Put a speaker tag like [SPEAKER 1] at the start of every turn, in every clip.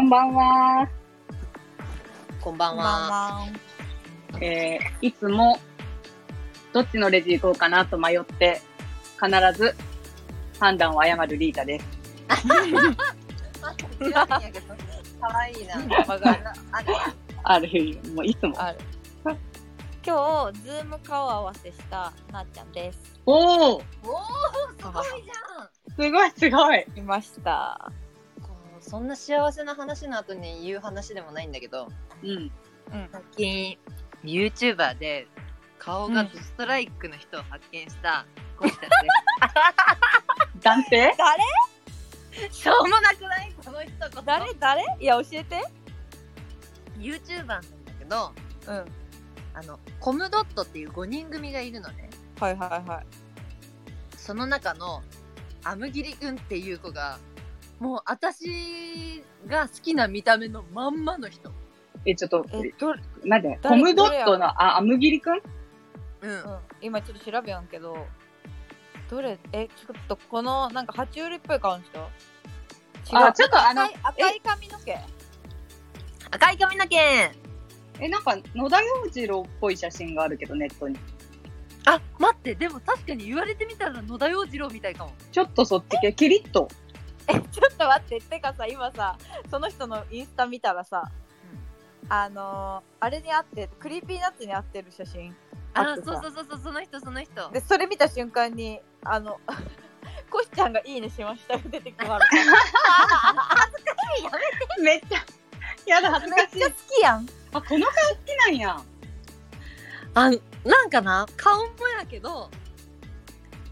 [SPEAKER 1] んばんは。
[SPEAKER 2] こんばんは。
[SPEAKER 1] えーいつも、どっちのレジ行こうかなと迷って、必ず判断を誤るリータです。
[SPEAKER 2] あ違うんやけど可愛いな。
[SPEAKER 3] わかる
[SPEAKER 2] あのあ
[SPEAKER 1] ある日、もういつも。
[SPEAKER 3] ある今日ズーム顔合わせしたなっちゃんです
[SPEAKER 1] おお
[SPEAKER 2] のおーすごいじゃん。
[SPEAKER 1] すごいすごい
[SPEAKER 3] いました
[SPEAKER 2] こうそんな幸せな話の後に言う話でもないんだけど、
[SPEAKER 1] うん。
[SPEAKER 3] うん
[SPEAKER 2] 最近 YouTuber で顔がドストライクの人を発見した。こうしたん
[SPEAKER 1] 男性
[SPEAKER 3] 誰
[SPEAKER 2] です。しょうもなくないこの人こ
[SPEAKER 3] 誰誰いや教えて
[SPEAKER 2] YouTuber なんだけど、
[SPEAKER 3] うんはい
[SPEAKER 2] あのコムドットっていう5人組がいるのね。
[SPEAKER 3] はいは
[SPEAKER 2] その中のアムギリくんっていう子がもう私が好きな見た目のまんまの人。
[SPEAKER 1] え、ちょっと、
[SPEAKER 3] いえどれ、
[SPEAKER 1] なんでコ
[SPEAKER 3] 誰
[SPEAKER 1] ムドットの、あ、アムギリくん
[SPEAKER 2] うん
[SPEAKER 3] うん、今ちょっと調べやんけどどれえちょっとこのなんか爬虫類っぽい顔の人
[SPEAKER 1] あ、ちょっとあの
[SPEAKER 3] 赤い、赤い髪の毛
[SPEAKER 2] 赤い髪の毛
[SPEAKER 1] え、なんか、野田洋次郎っぽい写真があるけど、ネットに。
[SPEAKER 2] あ待ってでも確かに言われてみたら野田洋次郎みたいかも
[SPEAKER 1] ちょっとそっち系、キリッと。
[SPEAKER 3] ちょっと待っててかさ今さその人のインスタ見たらさ、あのー、あれに合ってクリーピーナッツに合ってる写真
[SPEAKER 2] あ
[SPEAKER 3] あそう
[SPEAKER 2] そう
[SPEAKER 3] か
[SPEAKER 2] そうそうそうその人その人
[SPEAKER 3] でそれ見た瞬間にあの コシちゃんが「いいね」しましたよ出てくる
[SPEAKER 1] めっちゃ、やだ、恥ず
[SPEAKER 3] め
[SPEAKER 1] か
[SPEAKER 3] っ
[SPEAKER 1] しい
[SPEAKER 3] ちゃ。好きやん
[SPEAKER 1] あ、この顔好きなんや。
[SPEAKER 2] あなんかな顔もやけど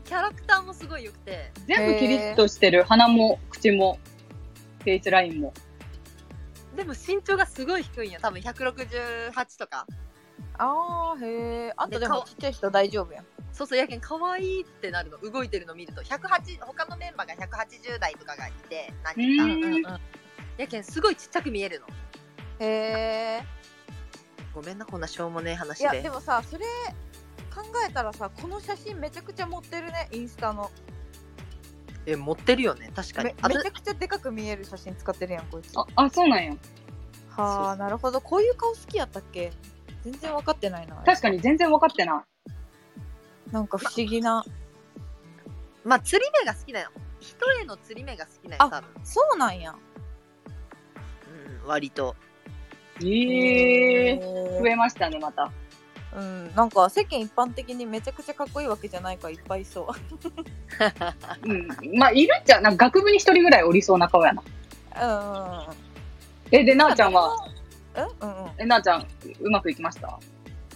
[SPEAKER 2] キャラクターもすごい良くて
[SPEAKER 1] 全部キリッとしてる。鼻も、口も、フェイスラインも。
[SPEAKER 2] でも身長がすごい低いんや多分168とか
[SPEAKER 3] あーへえあんたで
[SPEAKER 2] で
[SPEAKER 3] も
[SPEAKER 2] 顔
[SPEAKER 3] ちっちゃい人大丈夫やん
[SPEAKER 2] そうそうやけん可愛いってなるの動いてるの見ると108他のメンバーが180代とかがいて何人か、
[SPEAKER 1] うーん
[SPEAKER 2] やけんすごいちっちゃく見えるの
[SPEAKER 3] へえ
[SPEAKER 2] ごめんなこんなしょうもねえ
[SPEAKER 3] い
[SPEAKER 2] 話
[SPEAKER 3] や
[SPEAKER 2] で
[SPEAKER 3] でもさそれ考えたらさこの写真めちゃくちゃ持ってるねインスタの
[SPEAKER 2] え持ってるよね確かに
[SPEAKER 3] め
[SPEAKER 2] あ
[SPEAKER 3] め
[SPEAKER 2] と
[SPEAKER 3] ちゃくちゃでかく見える写真使ってるやんこいつ
[SPEAKER 1] あ、あ、そうなんや。
[SPEAKER 3] はあなるほどこういう顔好きやったっけ全然分かってないな
[SPEAKER 1] 確かに全然分かってな
[SPEAKER 3] なんか不思議な
[SPEAKER 2] まあ釣り目が好きだよ人への釣り目が好きだよ
[SPEAKER 3] あ
[SPEAKER 2] 多分、
[SPEAKER 3] そうなんや
[SPEAKER 2] うん、割と
[SPEAKER 1] い。ええ
[SPEAKER 3] ー
[SPEAKER 1] 増えましたね、また。
[SPEAKER 3] うん、なんか世間一般的にめちゃくちゃかっこいいわけじゃないからいっぱいいそう
[SPEAKER 1] うん。まあ、いるっちゃ、なんか学部に一人ぐらいおりそうな顔やな。
[SPEAKER 3] うん
[SPEAKER 1] え、で、なあちゃんは、
[SPEAKER 3] うんうんうん
[SPEAKER 1] え、なあちゃん、ううまくいきました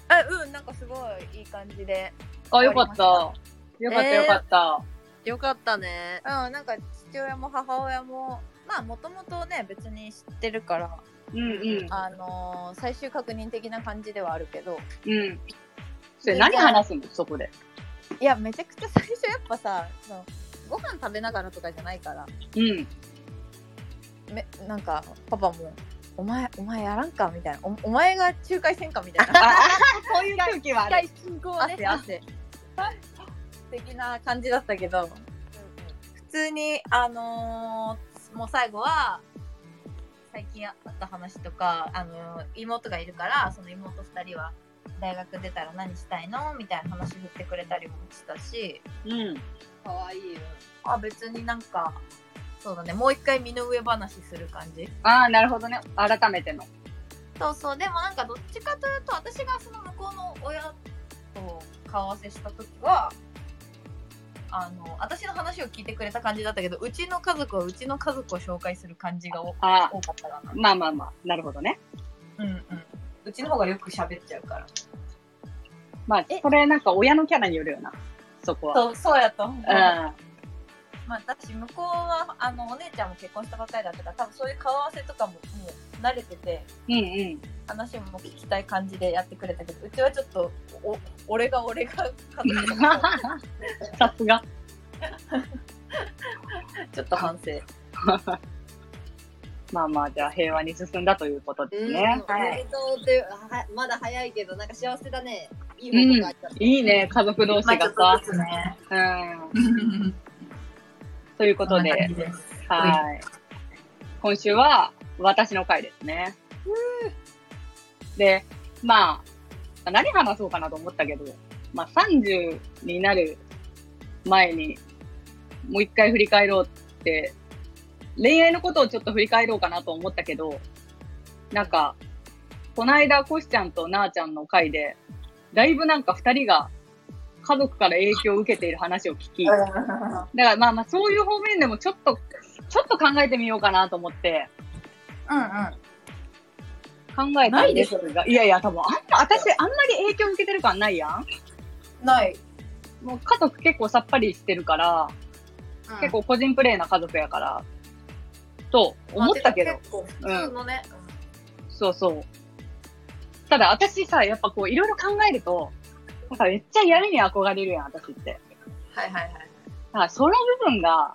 [SPEAKER 4] あうんなんかすごいいい感じで
[SPEAKER 1] あ、よかった。よ
[SPEAKER 4] わ
[SPEAKER 1] かった、
[SPEAKER 2] えー
[SPEAKER 1] よかった。
[SPEAKER 2] よかったね
[SPEAKER 4] うんなんか父親も母親もまあもともとね別に知ってるから
[SPEAKER 1] うんうん。
[SPEAKER 4] あのー最終確認的な感じではあるけど
[SPEAKER 1] うん。それ何話すのそこで。
[SPEAKER 4] いやめちゃくちゃ最初やっぱさそのご飯食べながらとかじゃないから
[SPEAKER 1] うん。
[SPEAKER 4] めなんかパパも「お前お前やらんか」みたいなお「お前が仲介せんか」みたいな
[SPEAKER 1] あ、あそういう空気はある。
[SPEAKER 4] 汗汗 的な感じだったけど、普通にあのーもう最後は最近あった話とか、あのー妹がいるからその妹2人は大学出たら何したいのみたいな話振ってくれたりもしたし
[SPEAKER 1] うん。
[SPEAKER 2] 可愛いよ
[SPEAKER 4] あ別になんかそうだねもう一回身の上話する感じ
[SPEAKER 1] ああ、なるほどね。改めての。
[SPEAKER 4] そうそうでもなんかどっちかというと私がその向こうの親と顔合わせした時はあの私の話を聞いてくれた感じだったけどうちの家族はうちの家族を紹介する感じ がお
[SPEAKER 1] あ
[SPEAKER 4] 多かったかな
[SPEAKER 1] あ、まあまあまあ。なるほどね。
[SPEAKER 4] うんうんうちの方がよく喋っちゃうから
[SPEAKER 1] まあ、
[SPEAKER 4] え
[SPEAKER 1] それなんか親のキャラによるよな。そこは。
[SPEAKER 4] そうそうやと思う、
[SPEAKER 1] うん。
[SPEAKER 4] まあ、私向こうはあのお姉ちゃんも結婚したばっかりだったから多分そういう顔合わせとかももう慣れてて
[SPEAKER 1] うんうん。
[SPEAKER 4] 話も聞きたい感じでやってくれたけどうちはちょっとお俺が俺 が家族だから
[SPEAKER 1] さすが。
[SPEAKER 4] ちょっと反省
[SPEAKER 1] まあまあ、じゃあ平和に進んだということですね。
[SPEAKER 2] はい、ではまだ早いけどなんか幸せだねいい
[SPEAKER 1] うん
[SPEAKER 2] ことがあった、
[SPEAKER 1] いいね、家族同士がさ。
[SPEAKER 4] ずつね。
[SPEAKER 1] うん。ということで、
[SPEAKER 4] そんな感じです
[SPEAKER 1] はい。今週は、私の回ですね。で、まあ、何話そうかなと思ったけど、まあ30になる前に、もう一回振り返ろうって、恋愛のことをちょっと振り返ろうかなと思ったけど、なんか、この間、コシちゃんとなーちゃんの回で、だいぶなんか二人が家族から影響を受けている話を聞き、だからまあまあそういう方面でもちょっと、ちょっと考えてみようかなと思って、考えたんですが、いやいや、多分あんま、私あんまり影響受けてる感ないやん。
[SPEAKER 4] ない。
[SPEAKER 1] もう家族結構さっぱりしてるから、結構個人プレイな家族やから、と思ったけど、
[SPEAKER 4] 結構普通のね。
[SPEAKER 1] そうそう。ただ私さ、やっぱこういろいろ考えると、なんかめっちゃ闇に憧れるやん、私って。
[SPEAKER 4] はいはいはい。
[SPEAKER 1] だからその部分が、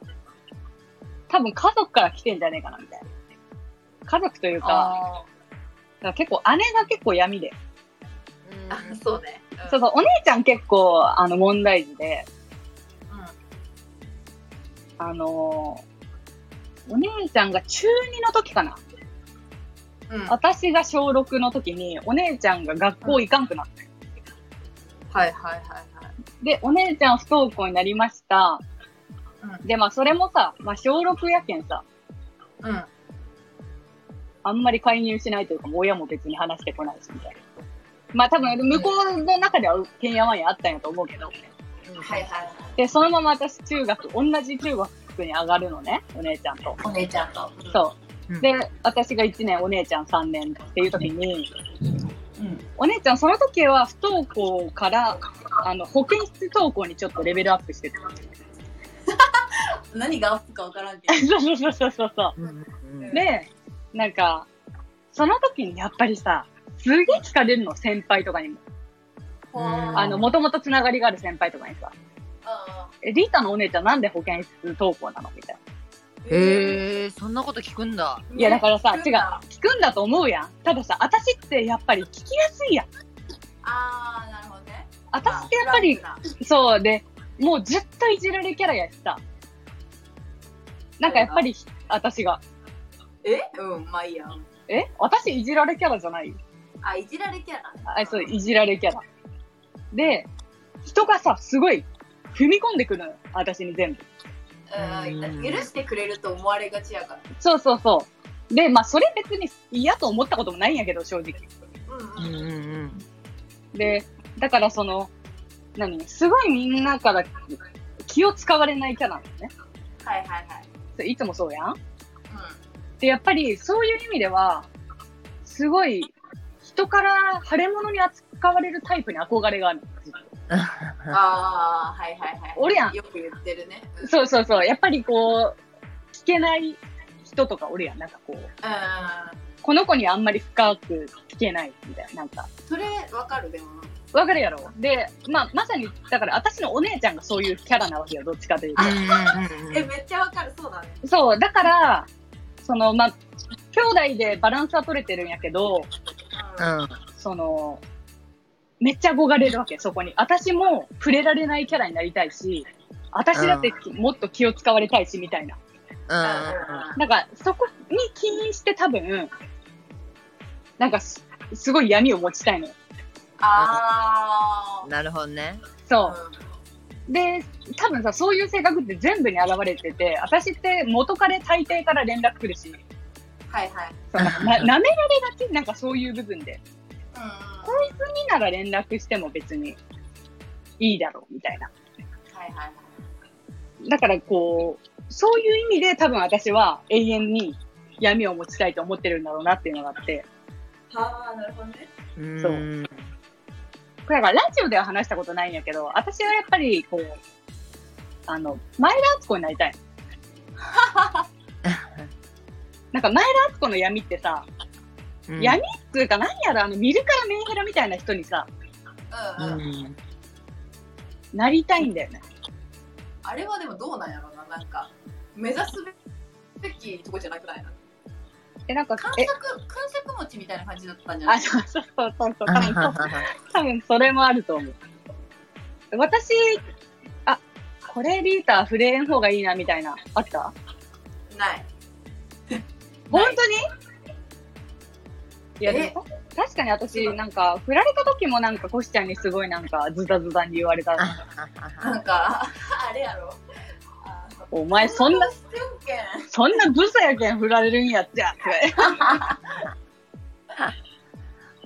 [SPEAKER 1] 多分家族から来てんじゃねえかな、みたいな。家族というか、
[SPEAKER 4] あ
[SPEAKER 1] だから結構姉が結構闇で。
[SPEAKER 2] うん
[SPEAKER 4] あ、そうね。
[SPEAKER 1] そうそう、お姉ちゃん結構、あの、問題児で、あのーお姉ちゃんが中2の時かな。
[SPEAKER 4] うん。うん。はい
[SPEAKER 1] 私が小6の時に、お姉ちゃんが学校行かんくなった。
[SPEAKER 4] はいはいはい。
[SPEAKER 1] で、お姉ちゃん不登校になりました。
[SPEAKER 4] う
[SPEAKER 1] で、まあ、それもさ、まあ、小6やけんさ、
[SPEAKER 4] うん。
[SPEAKER 1] あんまり介入しないというか、もう親も別に話してこないし、みたいな。まあ、多分、向こうの中では、てんやわんやあったんやと思うけど。
[SPEAKER 2] うん
[SPEAKER 4] はいはい。
[SPEAKER 1] で、そのまま私、中学、同じ中学に上がるのね、お姉ちゃんと。
[SPEAKER 4] お姉ちゃんと。
[SPEAKER 1] そう。
[SPEAKER 2] うん
[SPEAKER 1] で、私が1年、お姉ちゃん3年っていう時に、
[SPEAKER 4] うん。
[SPEAKER 1] お姉ちゃんその時は不登校から、あの、保健室登校にちょっとレベルアップして た。
[SPEAKER 4] 何がアップかわからんけ ど。
[SPEAKER 1] そうそうそうそうそうそ
[SPEAKER 2] うんうん
[SPEAKER 1] う。で、なんか、その時にやっぱりさ、すげえ聞かれるの、先輩とかにも。
[SPEAKER 2] うん
[SPEAKER 1] あの、もともとつながりがある先輩とかにさ、え、リータのお姉ちゃんなんで保健室登校なのみたい
[SPEAKER 2] へえそんなこと聞くんだ
[SPEAKER 1] な。いや、だからさ、違う
[SPEAKER 4] 聞くんだ、
[SPEAKER 1] 聞くんだと思うやん。たださ、私ってやっぱり聞きやすいやん。
[SPEAKER 4] あー、なるほどね。
[SPEAKER 1] 私ってやっぱり、
[SPEAKER 4] あ
[SPEAKER 1] そうで、もうずっといじられキャラやしさ。なんかやっぱり、私が、
[SPEAKER 4] えうん、まあいいや。
[SPEAKER 1] え私いじられキャラじゃない
[SPEAKER 4] あ、いじられキャラね。
[SPEAKER 1] あ、そう、いじられキャラ。で、人がさ、すごい、踏み込んでくるのよ。私に全部。
[SPEAKER 4] うん。許してくれると思われがちやから。
[SPEAKER 1] そうそうそう。で、まあ、それ別に嫌と思ったこともないんやけど、正直。
[SPEAKER 4] うん
[SPEAKER 2] うん
[SPEAKER 4] うん。
[SPEAKER 2] うんうん
[SPEAKER 1] で、だからその、何すごいみんなから気を使われないキャラなのね。
[SPEAKER 4] はいはいはい。
[SPEAKER 1] それいつもそうやん
[SPEAKER 4] う
[SPEAKER 1] で、やっぱりそういう意味では、すごい人から腫れ物に扱われるタイプに憧れがある。
[SPEAKER 4] ん。あー、はいはいはい。
[SPEAKER 1] おるやん
[SPEAKER 4] よく言ってるね。うん
[SPEAKER 1] そうそうそう。やっぱりこう、聞けない人とかおるやん。なんかこう、
[SPEAKER 4] う
[SPEAKER 1] この子にあんまり深く聞けないみたいな。なんか、
[SPEAKER 4] ん。それ、わかるでも。
[SPEAKER 1] わかるやろで、まあ、まさに、だから私のお姉ちゃんがそういうキャラなわけよ。どっちかというと。
[SPEAKER 4] え、めっちゃわかる。そうだね。
[SPEAKER 1] そう、だから、その、まあ、兄弟でバランスは取れてるんやけど、
[SPEAKER 4] うん。
[SPEAKER 2] うん
[SPEAKER 1] その、めっちゃ憧れるわけ、そこに。私も触れられないキャラになりたいし、私だってもっと気を使われたいし、みたいな。
[SPEAKER 2] う
[SPEAKER 1] なんか、そこに起因して多分、なんかす、すごい闇を持ちたいのよ。
[SPEAKER 4] あ
[SPEAKER 2] んなるほどね
[SPEAKER 4] ー。
[SPEAKER 1] そうう。で、多分さ、そういう性格って全部に現れてて、私って元彼大抵から連絡来るし、
[SPEAKER 4] ん。はいはい。
[SPEAKER 1] そうなんかな舐められがち、なんかそういう部分で。
[SPEAKER 4] うん。
[SPEAKER 1] になら連絡しても別にいいだろう、みたいな。
[SPEAKER 4] はいはい。
[SPEAKER 1] だからこう、そういう意味で多分私は永遠に闇を持ちたいと思ってるんだろうなっていうのがあって。
[SPEAKER 4] はあ、なるほどね。
[SPEAKER 2] うん
[SPEAKER 1] そうだからラジオでは話したことないんやけど、私はやっぱりこう、あの、前田敦子にな りたい。なんか前田敦子の闇ってさ、
[SPEAKER 2] うん
[SPEAKER 1] 闇っつうか何やらあの見るからメンヘラみたいな人にさ、
[SPEAKER 2] う
[SPEAKER 4] うんうん。
[SPEAKER 2] ん
[SPEAKER 1] なりたいんだよね。
[SPEAKER 4] あれはでもどうなんやろな。なんか、目指すべきとこじゃなくないな。
[SPEAKER 1] え、なんか、
[SPEAKER 4] 感
[SPEAKER 1] え
[SPEAKER 4] 触、、感触持ちみたいな感じだったんじゃな
[SPEAKER 1] あ、
[SPEAKER 4] い
[SPEAKER 1] そうそうそうそうそう、多分そう多分それもあると思う。私、あ、これリーター触れん方がいいなみたいな、あった
[SPEAKER 4] ない。
[SPEAKER 1] 本
[SPEAKER 4] ない
[SPEAKER 1] 当にいや、
[SPEAKER 2] え
[SPEAKER 1] でも確かに私、なんか、振られた時もなんか、コシちゃんにすごいなんか、ズタズタに言われた。
[SPEAKER 4] なんか、 あれやろ。あの
[SPEAKER 1] お前、そんな、
[SPEAKER 4] してんけん。
[SPEAKER 1] そんなブサやけん振られるんやっ ちゃって。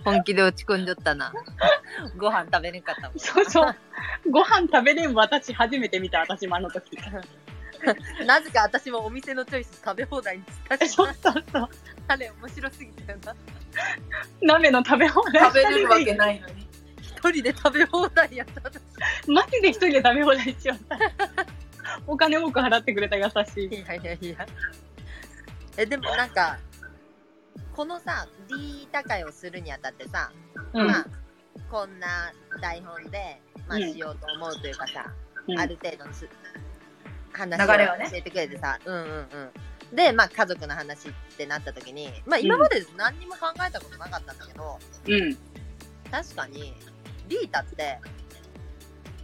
[SPEAKER 2] 本気で落ち込んじゃったな。 ご飯食べれんかったもん。
[SPEAKER 1] そうそう。ご飯食べれん私初めて見た、私もあの時。
[SPEAKER 2] なぜか私もお店のチョイス食べ放題にしたし
[SPEAKER 1] そ、うそうそう。
[SPEAKER 2] あれ面白すぎたよな。
[SPEAKER 1] 鍋の食べ放題
[SPEAKER 4] 食べれるわけないのに。
[SPEAKER 2] 一人で食べ放題やった私。
[SPEAKER 1] マジで一人で食べ放題しちゃった。お金多く払ってくれた優しい。
[SPEAKER 2] いやいやいや。え、でもなんか、このさ、D 高いをするにあたってさ、
[SPEAKER 1] うん。
[SPEAKER 2] まあ、こんな台本で、まあ、
[SPEAKER 1] うん
[SPEAKER 2] しようと思うというかさ、
[SPEAKER 1] うん
[SPEAKER 2] ある程度のす話
[SPEAKER 4] 流れは
[SPEAKER 2] を
[SPEAKER 4] ね
[SPEAKER 2] 教えてくれてさ、うんうんうん。で、まあ、家族の話ってなった時に、まあ、今まで何にも考えたことなかったんだけど、
[SPEAKER 1] うん。
[SPEAKER 2] 確かに、リータって、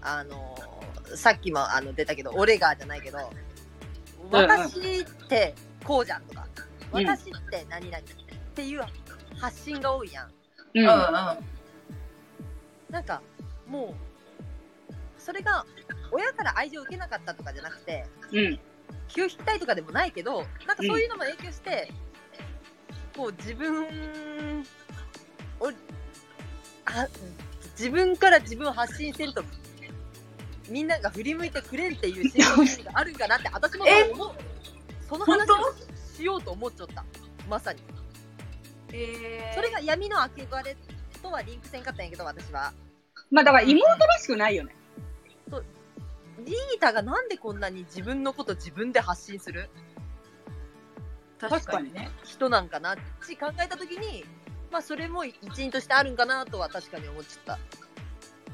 [SPEAKER 2] あのーさっきもあの出たけど、俺がじゃないけど、
[SPEAKER 1] うんうん
[SPEAKER 2] 私ってこうじゃんとか、
[SPEAKER 1] うん
[SPEAKER 2] 私って何々っていう発信が多いやん。
[SPEAKER 1] う。
[SPEAKER 4] うんんうん。
[SPEAKER 2] なんか、もう、それが親から愛情を受けなかったとかじゃなくて、
[SPEAKER 1] うん。
[SPEAKER 2] 気を引きたいとかでもないけど、なんかそういうのも影響して、こう自分を、あ、自分から自分を発信してると、みんなが振り向いてくれるっていう信頼があるんかなって、私も
[SPEAKER 4] え
[SPEAKER 2] 思う。その
[SPEAKER 4] 本
[SPEAKER 2] 話
[SPEAKER 4] 当
[SPEAKER 2] をしようと思っちゃった。まさに。
[SPEAKER 4] えー、
[SPEAKER 2] それが闇の憧れとはリンクせんかったんやけど、私は。
[SPEAKER 1] まあだから妹らしくないよね。
[SPEAKER 2] リータがなんでこんなに自分のこと自分で発信する
[SPEAKER 4] 確かにね。
[SPEAKER 2] 人なんかなって考えた時に、まあ、それも一因としてあるんかなとは確かに思っちゃっ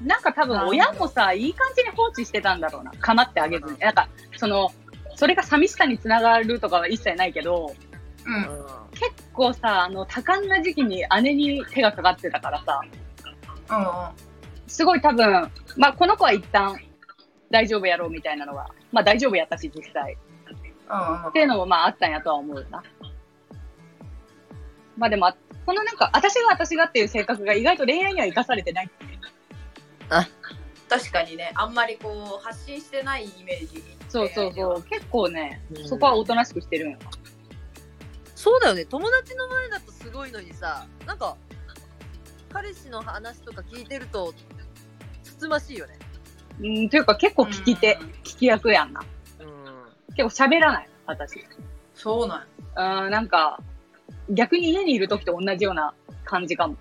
[SPEAKER 1] なんか多分親もさ、いい感じに放置してたんだろうな。構ってあげず
[SPEAKER 2] う
[SPEAKER 1] に。
[SPEAKER 2] ん
[SPEAKER 1] なんか、その、それが寂しさにつながるとかは一切ないけど、
[SPEAKER 4] う
[SPEAKER 2] た、
[SPEAKER 4] ん。
[SPEAKER 1] 結構さ、あの、多感な時期に姉に手がかかってたからさ、
[SPEAKER 4] うん
[SPEAKER 1] すごい多分、まあこの子は一旦大丈夫やろうみたいなのは、まあ大丈夫やったし実際。
[SPEAKER 4] うん。うん
[SPEAKER 1] っていうのもまああったんやとは思うよな。まあでも、あこのなんか、私が私がっていう性格が意外と恋愛には生かされてないっていう。
[SPEAKER 4] 確かにね、あんまりこう、発信してないイメージ。
[SPEAKER 1] そうそう
[SPEAKER 4] う。
[SPEAKER 1] そう。結構ね、
[SPEAKER 2] うん
[SPEAKER 1] そこはおとなしくしてるんよな。
[SPEAKER 2] そうだよね友達の前だとすごいのにさなんか彼氏の話とか聞いてるとつつましいよね
[SPEAKER 1] うん、というか結構聞き手、
[SPEAKER 4] うん
[SPEAKER 1] 聞き役やんな。結構喋らない、私。うん、
[SPEAKER 4] そうなん。
[SPEAKER 1] なんか、逆に家にいる時と同じような感じかも。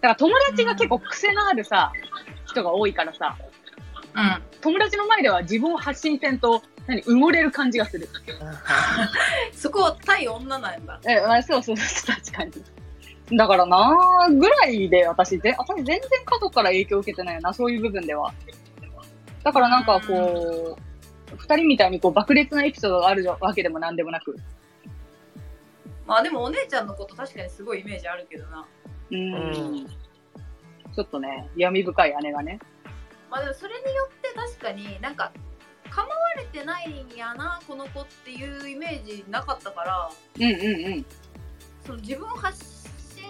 [SPEAKER 1] だから友達が結構癖のあるさ、人が多いからさ、
[SPEAKER 4] うん。
[SPEAKER 1] 友達の前では自分を発信せんと、何、埋もれる感じがする。
[SPEAKER 4] そこは対女なんだ。
[SPEAKER 1] え、まあ、そうそうそう、確かに。だからなーぐらいで私、ぜ私全然家族から影響受けてないよな、そういう部分では。だからなんかこう、二人みたいにこう爆裂なエピソードがあるわけでもなんでもなく。
[SPEAKER 4] まあでもお姉ちゃんのこと確かにすごいイメージあるけどな。
[SPEAKER 1] うー。
[SPEAKER 2] うん
[SPEAKER 1] ちょっとね、闇深い姉がね。
[SPEAKER 4] まあでもそれによって確かになんか、構われてないんやな、この子っていうイメージなかったから、
[SPEAKER 1] うんうん
[SPEAKER 4] その自分を発信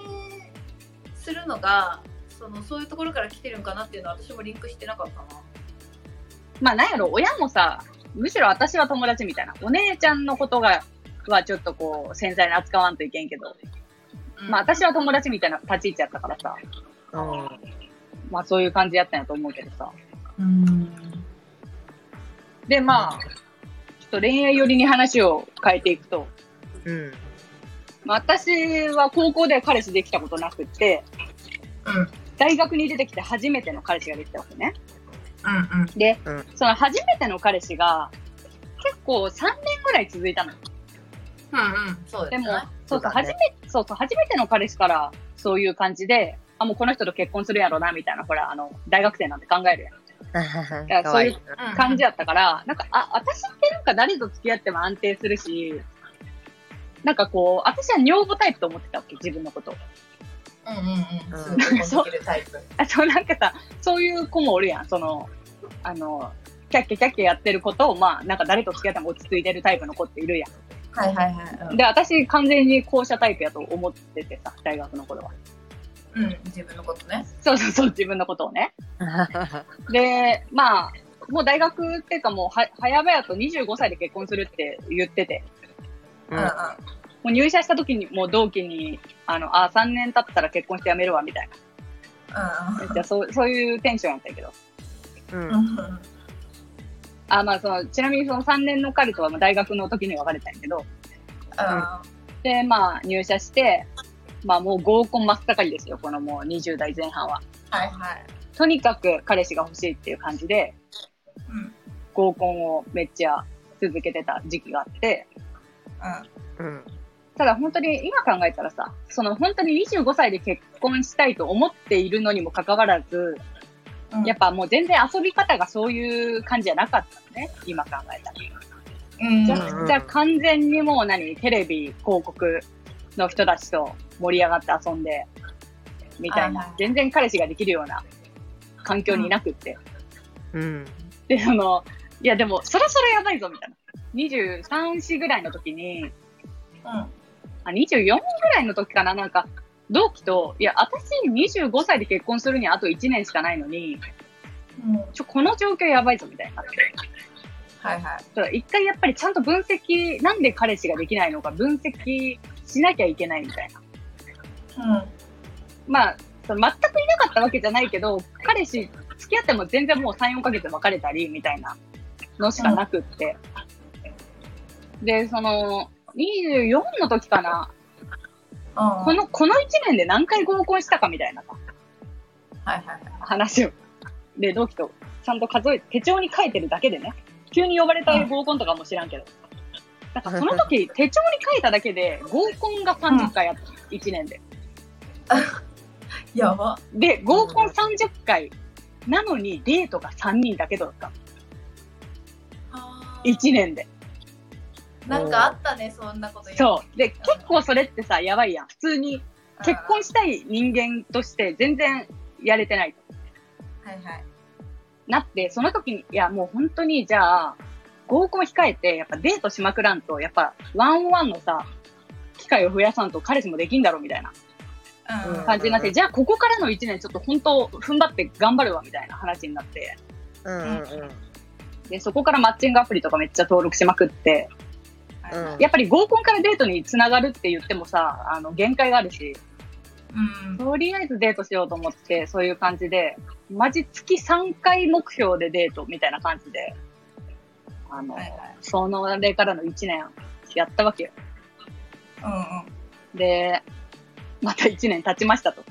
[SPEAKER 4] するのが、そのそういうところから来てるんかなっていうのは私もリンクしてなかったな。
[SPEAKER 1] うん。まあなんやろ、親もさ、むしろ私は友達みたいな。お姉ちゃんのことが、はちょっとこう、繊細に扱わんといけんけど。まあ私は友達みたいな立ち位置やったからさ。まあそういう感じやったんやと思うけどさ。
[SPEAKER 4] うん。
[SPEAKER 1] で、まあ、ちょっと恋愛寄りに話を変えていくと、
[SPEAKER 2] うん
[SPEAKER 1] まあ、私は高校では彼氏できたことなくって、
[SPEAKER 4] うん。うん。
[SPEAKER 1] 大学に出てきて初めての彼氏ができたわけね。
[SPEAKER 4] うん。
[SPEAKER 1] で、
[SPEAKER 2] うん
[SPEAKER 1] その初めての彼氏が、結構3年ぐらい続いたの。
[SPEAKER 4] うん。うん。そう
[SPEAKER 1] で
[SPEAKER 4] です
[SPEAKER 1] も
[SPEAKER 4] ね。、
[SPEAKER 1] そうそう、
[SPEAKER 2] そうだね
[SPEAKER 1] 初め、そうそう、初めての彼氏から、そういう感じで、あ、もうこの人と結婚するやろな、みたいな、ほら、あの、大学生なんて考えるやん。や
[SPEAKER 2] かわ
[SPEAKER 1] そううん感じやったから、なんか、あ、私ってなんか誰と付き合っても安定するし、なんかこう、私は女房タイプと思ってたわけ、自分のこと。
[SPEAKER 4] うんうんうん。
[SPEAKER 2] うん
[SPEAKER 4] すぐ結婚できるタイプ。
[SPEAKER 1] あそうなんかさ、そういう子もおるやん、その、あの、キャッキャキャッキャやってることを、まあ、なんか誰と付き合っても落ち着いてるタイプの子っているやん。
[SPEAKER 4] はいはいはい。
[SPEAKER 1] で、私完全に校舎タイプやと思っててさ、大学の頃は。
[SPEAKER 4] うん、うん自分のことね。
[SPEAKER 1] そうそうそう、自分のことをね。で、まあ、もう大学っていうかもうは、早々と25歳で結婚するって言ってて、
[SPEAKER 4] う
[SPEAKER 2] うんん
[SPEAKER 4] うん。
[SPEAKER 1] もう入社した時に、もう同期に、あの、あ、3年経ったら結婚して辞めるわ、みたいな。めっちゃそう、そういうテンションやったんやけど。
[SPEAKER 2] うん
[SPEAKER 4] うんうん。うん
[SPEAKER 1] あ、まあ、その、ちなみにその3年の彼とはまあ大学の時に別れたんやけど、で、まあ、入社して、まあ、もう合コン真っ盛りですよ、このもう20代前半は。
[SPEAKER 4] はいはい。
[SPEAKER 1] とにかく彼氏が欲しいっていう感じで、
[SPEAKER 4] うん。うん。
[SPEAKER 1] 合コンをめっちゃ続けてた時期があって、
[SPEAKER 2] うん
[SPEAKER 1] ただ本当に今考えたらさ、その本当に25歳で結婚したいと思っているのにもかかわらず、
[SPEAKER 4] うん
[SPEAKER 1] やっぱもう全然遊び方がそういう感じじゃなかったのね、今考えたら。
[SPEAKER 4] うん。
[SPEAKER 1] じ
[SPEAKER 4] う
[SPEAKER 1] ゃ
[SPEAKER 4] ん
[SPEAKER 1] あ、じゃあ完全にもう何、テレビ、広告の人たちと盛り上がって遊んで、みたい
[SPEAKER 4] はいは、
[SPEAKER 1] ない全然彼氏ができるような環境にいなくって。
[SPEAKER 2] うん
[SPEAKER 1] で、その、いやでも、そろそろやばいぞ、みたいな。23、歳ぐらいの時に、あ、24ぐらいの時かな、なんか、同期と、いや、私25歳で結婚するにはあと1年しかないのに、
[SPEAKER 4] うん。うん
[SPEAKER 1] ちょ、この状況やばいぞ、みたいになって。
[SPEAKER 4] はいはい。
[SPEAKER 1] ただ一回やっぱりちゃんと分析、なんで彼氏ができないのか分析しなきゃいけないみたいな。
[SPEAKER 4] うん。
[SPEAKER 1] まあ、その全くいなかったわけじゃないけど、彼氏付き合っても全然もう3、4ヶ月で別れたりみたいなのしかなくって。で、その、24の時かな、
[SPEAKER 4] うん
[SPEAKER 1] この、この1年で何回合コンしたかみたいなさ
[SPEAKER 4] はいはい
[SPEAKER 1] 話を。で、同期とちゃんと数え、手帳に書いてるだけでね。急に呼ばれた合コンとかも知らんけど。なんかその時、手帳に書いただけで合コンが30回あった。1年で。
[SPEAKER 4] やば。
[SPEAKER 1] で、合コン30回なのにデートが3人だけだった。1年で。
[SPEAKER 4] なんかあったね、そんなこと言
[SPEAKER 1] そう。で、結構それってさ、やばいやん。普通に結婚したい人間として全然やれてない。
[SPEAKER 4] はいはい。
[SPEAKER 1] なって、その時に、いや、もう本当に、じゃあ、合コン控えて、やっぱデートしまくらんと、やっぱ、ワンオンワンのさ、機会を増やさんと彼氏もできんだろ、みたいな
[SPEAKER 4] うんうん
[SPEAKER 1] 感じになって、
[SPEAKER 2] うん
[SPEAKER 1] じゃあ、ここからの1年、ちょっと本当、踏ん張って頑張るわ、みたいな話になって、
[SPEAKER 2] うん
[SPEAKER 1] で、そこからマッチングアプリとかめっちゃ登録しまくって、
[SPEAKER 4] はいはい
[SPEAKER 1] やっぱり合コンからデートにつながるって言ってもさ、あの、限界があるし、
[SPEAKER 4] うん
[SPEAKER 1] とりあえずデートしようと思って、そういう感じで、マジ月3回目標でデートみたいな感じで、あの、
[SPEAKER 4] はいはい
[SPEAKER 1] そのあれからの1年やったわけよ。
[SPEAKER 4] うん
[SPEAKER 1] で、また1年経ちましたと。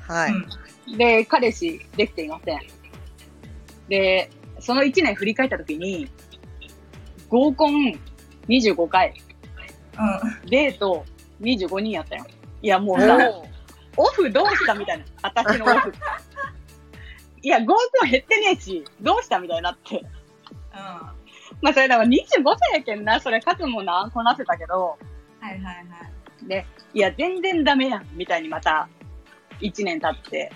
[SPEAKER 2] はい
[SPEAKER 4] うん
[SPEAKER 1] で、彼氏できていません。で、その1年振り返った時に、合コン25回、
[SPEAKER 4] う
[SPEAKER 1] デート25人やったよ。いや、もうさ、オフどうしたみたいな。私のオフ。いや、合コン減ってねえし、どうしたみたいになって。
[SPEAKER 4] んうん。
[SPEAKER 1] まあ、それだから25歳やけんな、それ数もな、こなせたけど、
[SPEAKER 4] はいはいはい。
[SPEAKER 1] で、いや、全然ダメやん、みたいにまた、1年経って、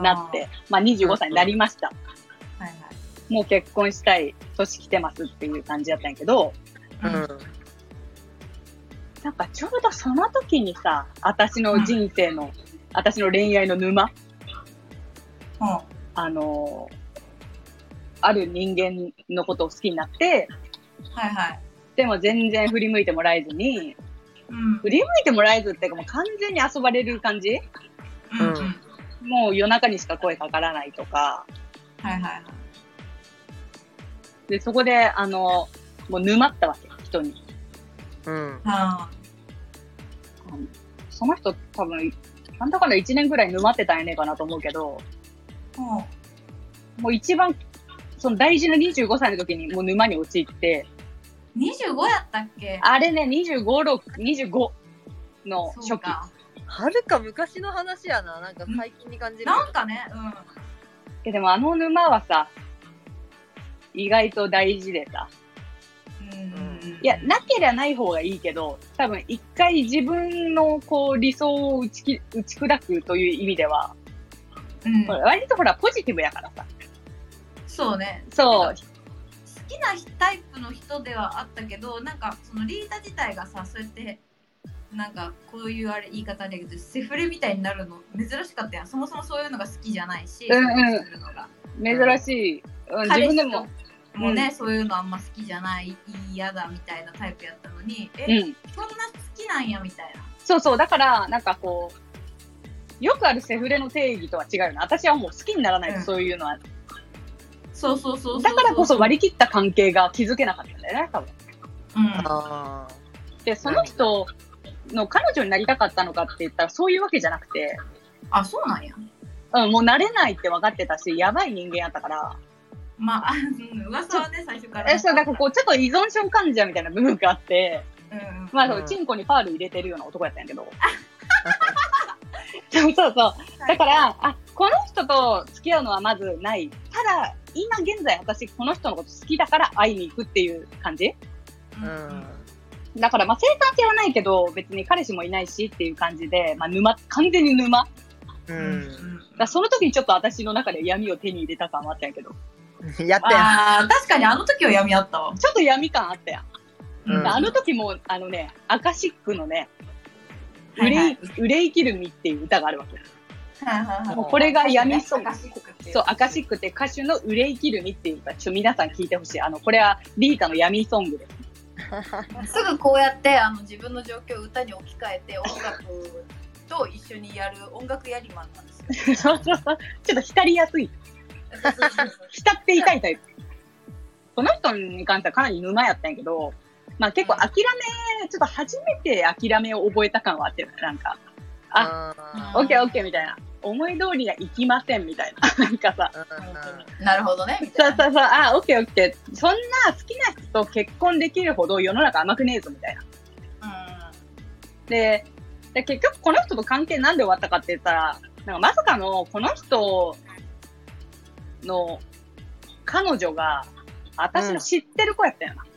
[SPEAKER 1] なって、まあ25歳になりました。
[SPEAKER 4] あー。はい
[SPEAKER 1] もう結婚したい年来てますっていう感じだったんやけど、
[SPEAKER 2] う
[SPEAKER 4] はい。うん
[SPEAKER 2] ん
[SPEAKER 1] なんかちょうどその時にさ、私の人生の、私の恋愛の沼、あのーある人間のことを好きになって、
[SPEAKER 4] はいはい。
[SPEAKER 1] でも全然振り向いてもらえずに、
[SPEAKER 4] うん
[SPEAKER 1] 振り向いてもらえずっていうかもう完全に遊ばれる感じ
[SPEAKER 4] うんうん。
[SPEAKER 2] うん
[SPEAKER 1] もう夜中にしか声かからないとか、
[SPEAKER 4] はいはいはい。
[SPEAKER 1] で、そこで、あの、もう沼ったわけ、人に。
[SPEAKER 2] うん
[SPEAKER 4] あ
[SPEAKER 1] あのその人多分、なんだかんだ1年ぐらい沼ってたんやねえかなと思うけど、
[SPEAKER 4] ーうん
[SPEAKER 1] もう一番、その大事な25歳の時にもう沼に陥って、
[SPEAKER 4] 25やったっけ
[SPEAKER 1] あれね、25、6、25の
[SPEAKER 4] そ
[SPEAKER 1] 初
[SPEAKER 4] う
[SPEAKER 1] 期。
[SPEAKER 4] か。
[SPEAKER 2] はるか昔の話やな、なんか最近に感じる。
[SPEAKER 4] なんかね、うん。
[SPEAKER 1] ででもあの沼はさ、意外と大事でさ。
[SPEAKER 4] うん
[SPEAKER 1] いや、なけりゃない方がいいけど、多分一回自分のこう理想を打ちき打ち砕くという意味では、
[SPEAKER 4] うん
[SPEAKER 1] 割とほらポジティブやからさ。
[SPEAKER 4] そうね。
[SPEAKER 1] そう、
[SPEAKER 4] 好ききなタイプの人ではあったけどなんかそのリータ自体がさそうやってなんかこういうあれ言い方あれやけどセフレみたいになるの珍しかったやんそもそもそういうのが好きじゃないし、
[SPEAKER 1] うんうん
[SPEAKER 4] そういうのするのが
[SPEAKER 1] 珍しい。うん、自
[SPEAKER 4] 彼
[SPEAKER 1] 分
[SPEAKER 4] 氏
[SPEAKER 1] で
[SPEAKER 4] と
[SPEAKER 1] も。
[SPEAKER 4] もうね、そういうのあんま好きじゃない嫌だみたいなタイプやったのに
[SPEAKER 1] う
[SPEAKER 4] え、
[SPEAKER 1] ん。
[SPEAKER 4] そんな好きなんやみたいな
[SPEAKER 1] そうそう、だから、なんかこう、よくあるセフレの定義とは違うよね。私はもう好きにならないと、
[SPEAKER 4] うん
[SPEAKER 1] そういうのは。
[SPEAKER 4] そうそうそうそう
[SPEAKER 1] だからこそ割り切った関係が築けなかったんだよね、多分。
[SPEAKER 4] うん
[SPEAKER 2] あ
[SPEAKER 1] で、その人の彼女になりたかったのかって言ったら、そういうわけじゃなくて、
[SPEAKER 4] あそうなんや
[SPEAKER 1] うん、もう慣れないって分かってたし、やばい人間やったから、
[SPEAKER 4] まああうん噂はね最初から
[SPEAKER 1] え、そう、なんかこう、ちょっと依存症患者みたいな部分があって、
[SPEAKER 4] うんうん
[SPEAKER 1] まあ、そうう、
[SPEAKER 2] ん
[SPEAKER 1] チンコにパール入れてるような男やったんやけど。 そうそうそう。だから、あ、この人と付き合うのはまずない。ただ、今現在私この人のこと好きだから会いに行くっていう感じ
[SPEAKER 4] う
[SPEAKER 2] ーうんん
[SPEAKER 1] だから、まあ生産性はないけど、別に彼氏もいないしっていう感じで、まあ沼、完全に沼。だか
[SPEAKER 2] う
[SPEAKER 4] うん
[SPEAKER 2] ん
[SPEAKER 1] らその時にちょっと私の中で闇を手に入れた感はあったんやけど、
[SPEAKER 2] やったやん
[SPEAKER 4] あー確かにあの時は闇あったわ、
[SPEAKER 1] ちょっと闇感あったやん。
[SPEAKER 2] うん
[SPEAKER 1] あの時も、あのね、アカシックのね、
[SPEAKER 4] は
[SPEAKER 1] 憂
[SPEAKER 4] い
[SPEAKER 1] い,、
[SPEAKER 4] はい
[SPEAKER 1] 憂い切る身っていう歌があるわけ。
[SPEAKER 4] はいはいはい
[SPEAKER 1] もうこれが闇そう
[SPEAKER 4] アカシックってい
[SPEAKER 1] そう、アカシックって歌手の憂い切る身っていう歌、ちょ、皆さん聞いてほしい。あの、これはリータの闇ソングです。
[SPEAKER 4] すぐこうやってあの自分の状況を歌に置き換えて音楽と一緒にやる音楽やりマンなんですよ。
[SPEAKER 1] そうそうそう。ちょっと浸りやすい。浸っていたいタイプ。この人に関してはかなり沼やったんやけど、まあ結構諦め、ちょっと初めて諦めを覚えた感はあってる、なんか、
[SPEAKER 2] あ
[SPEAKER 1] オッケーオッケーみたいな。思い通りにはいきませんみたいな。 なんかさ、
[SPEAKER 4] なるほどねみた
[SPEAKER 1] そうそう
[SPEAKER 4] いな。
[SPEAKER 1] そう、あ、オッケーオッケー。そんな好きな人と結婚できるほど世の中甘くねえぞみたいな。で、で結局この人と関係なんで終わったかって言ったら、なんかまさかのこの人の彼女が、私の知ってる子やったよな。
[SPEAKER 4] うんうん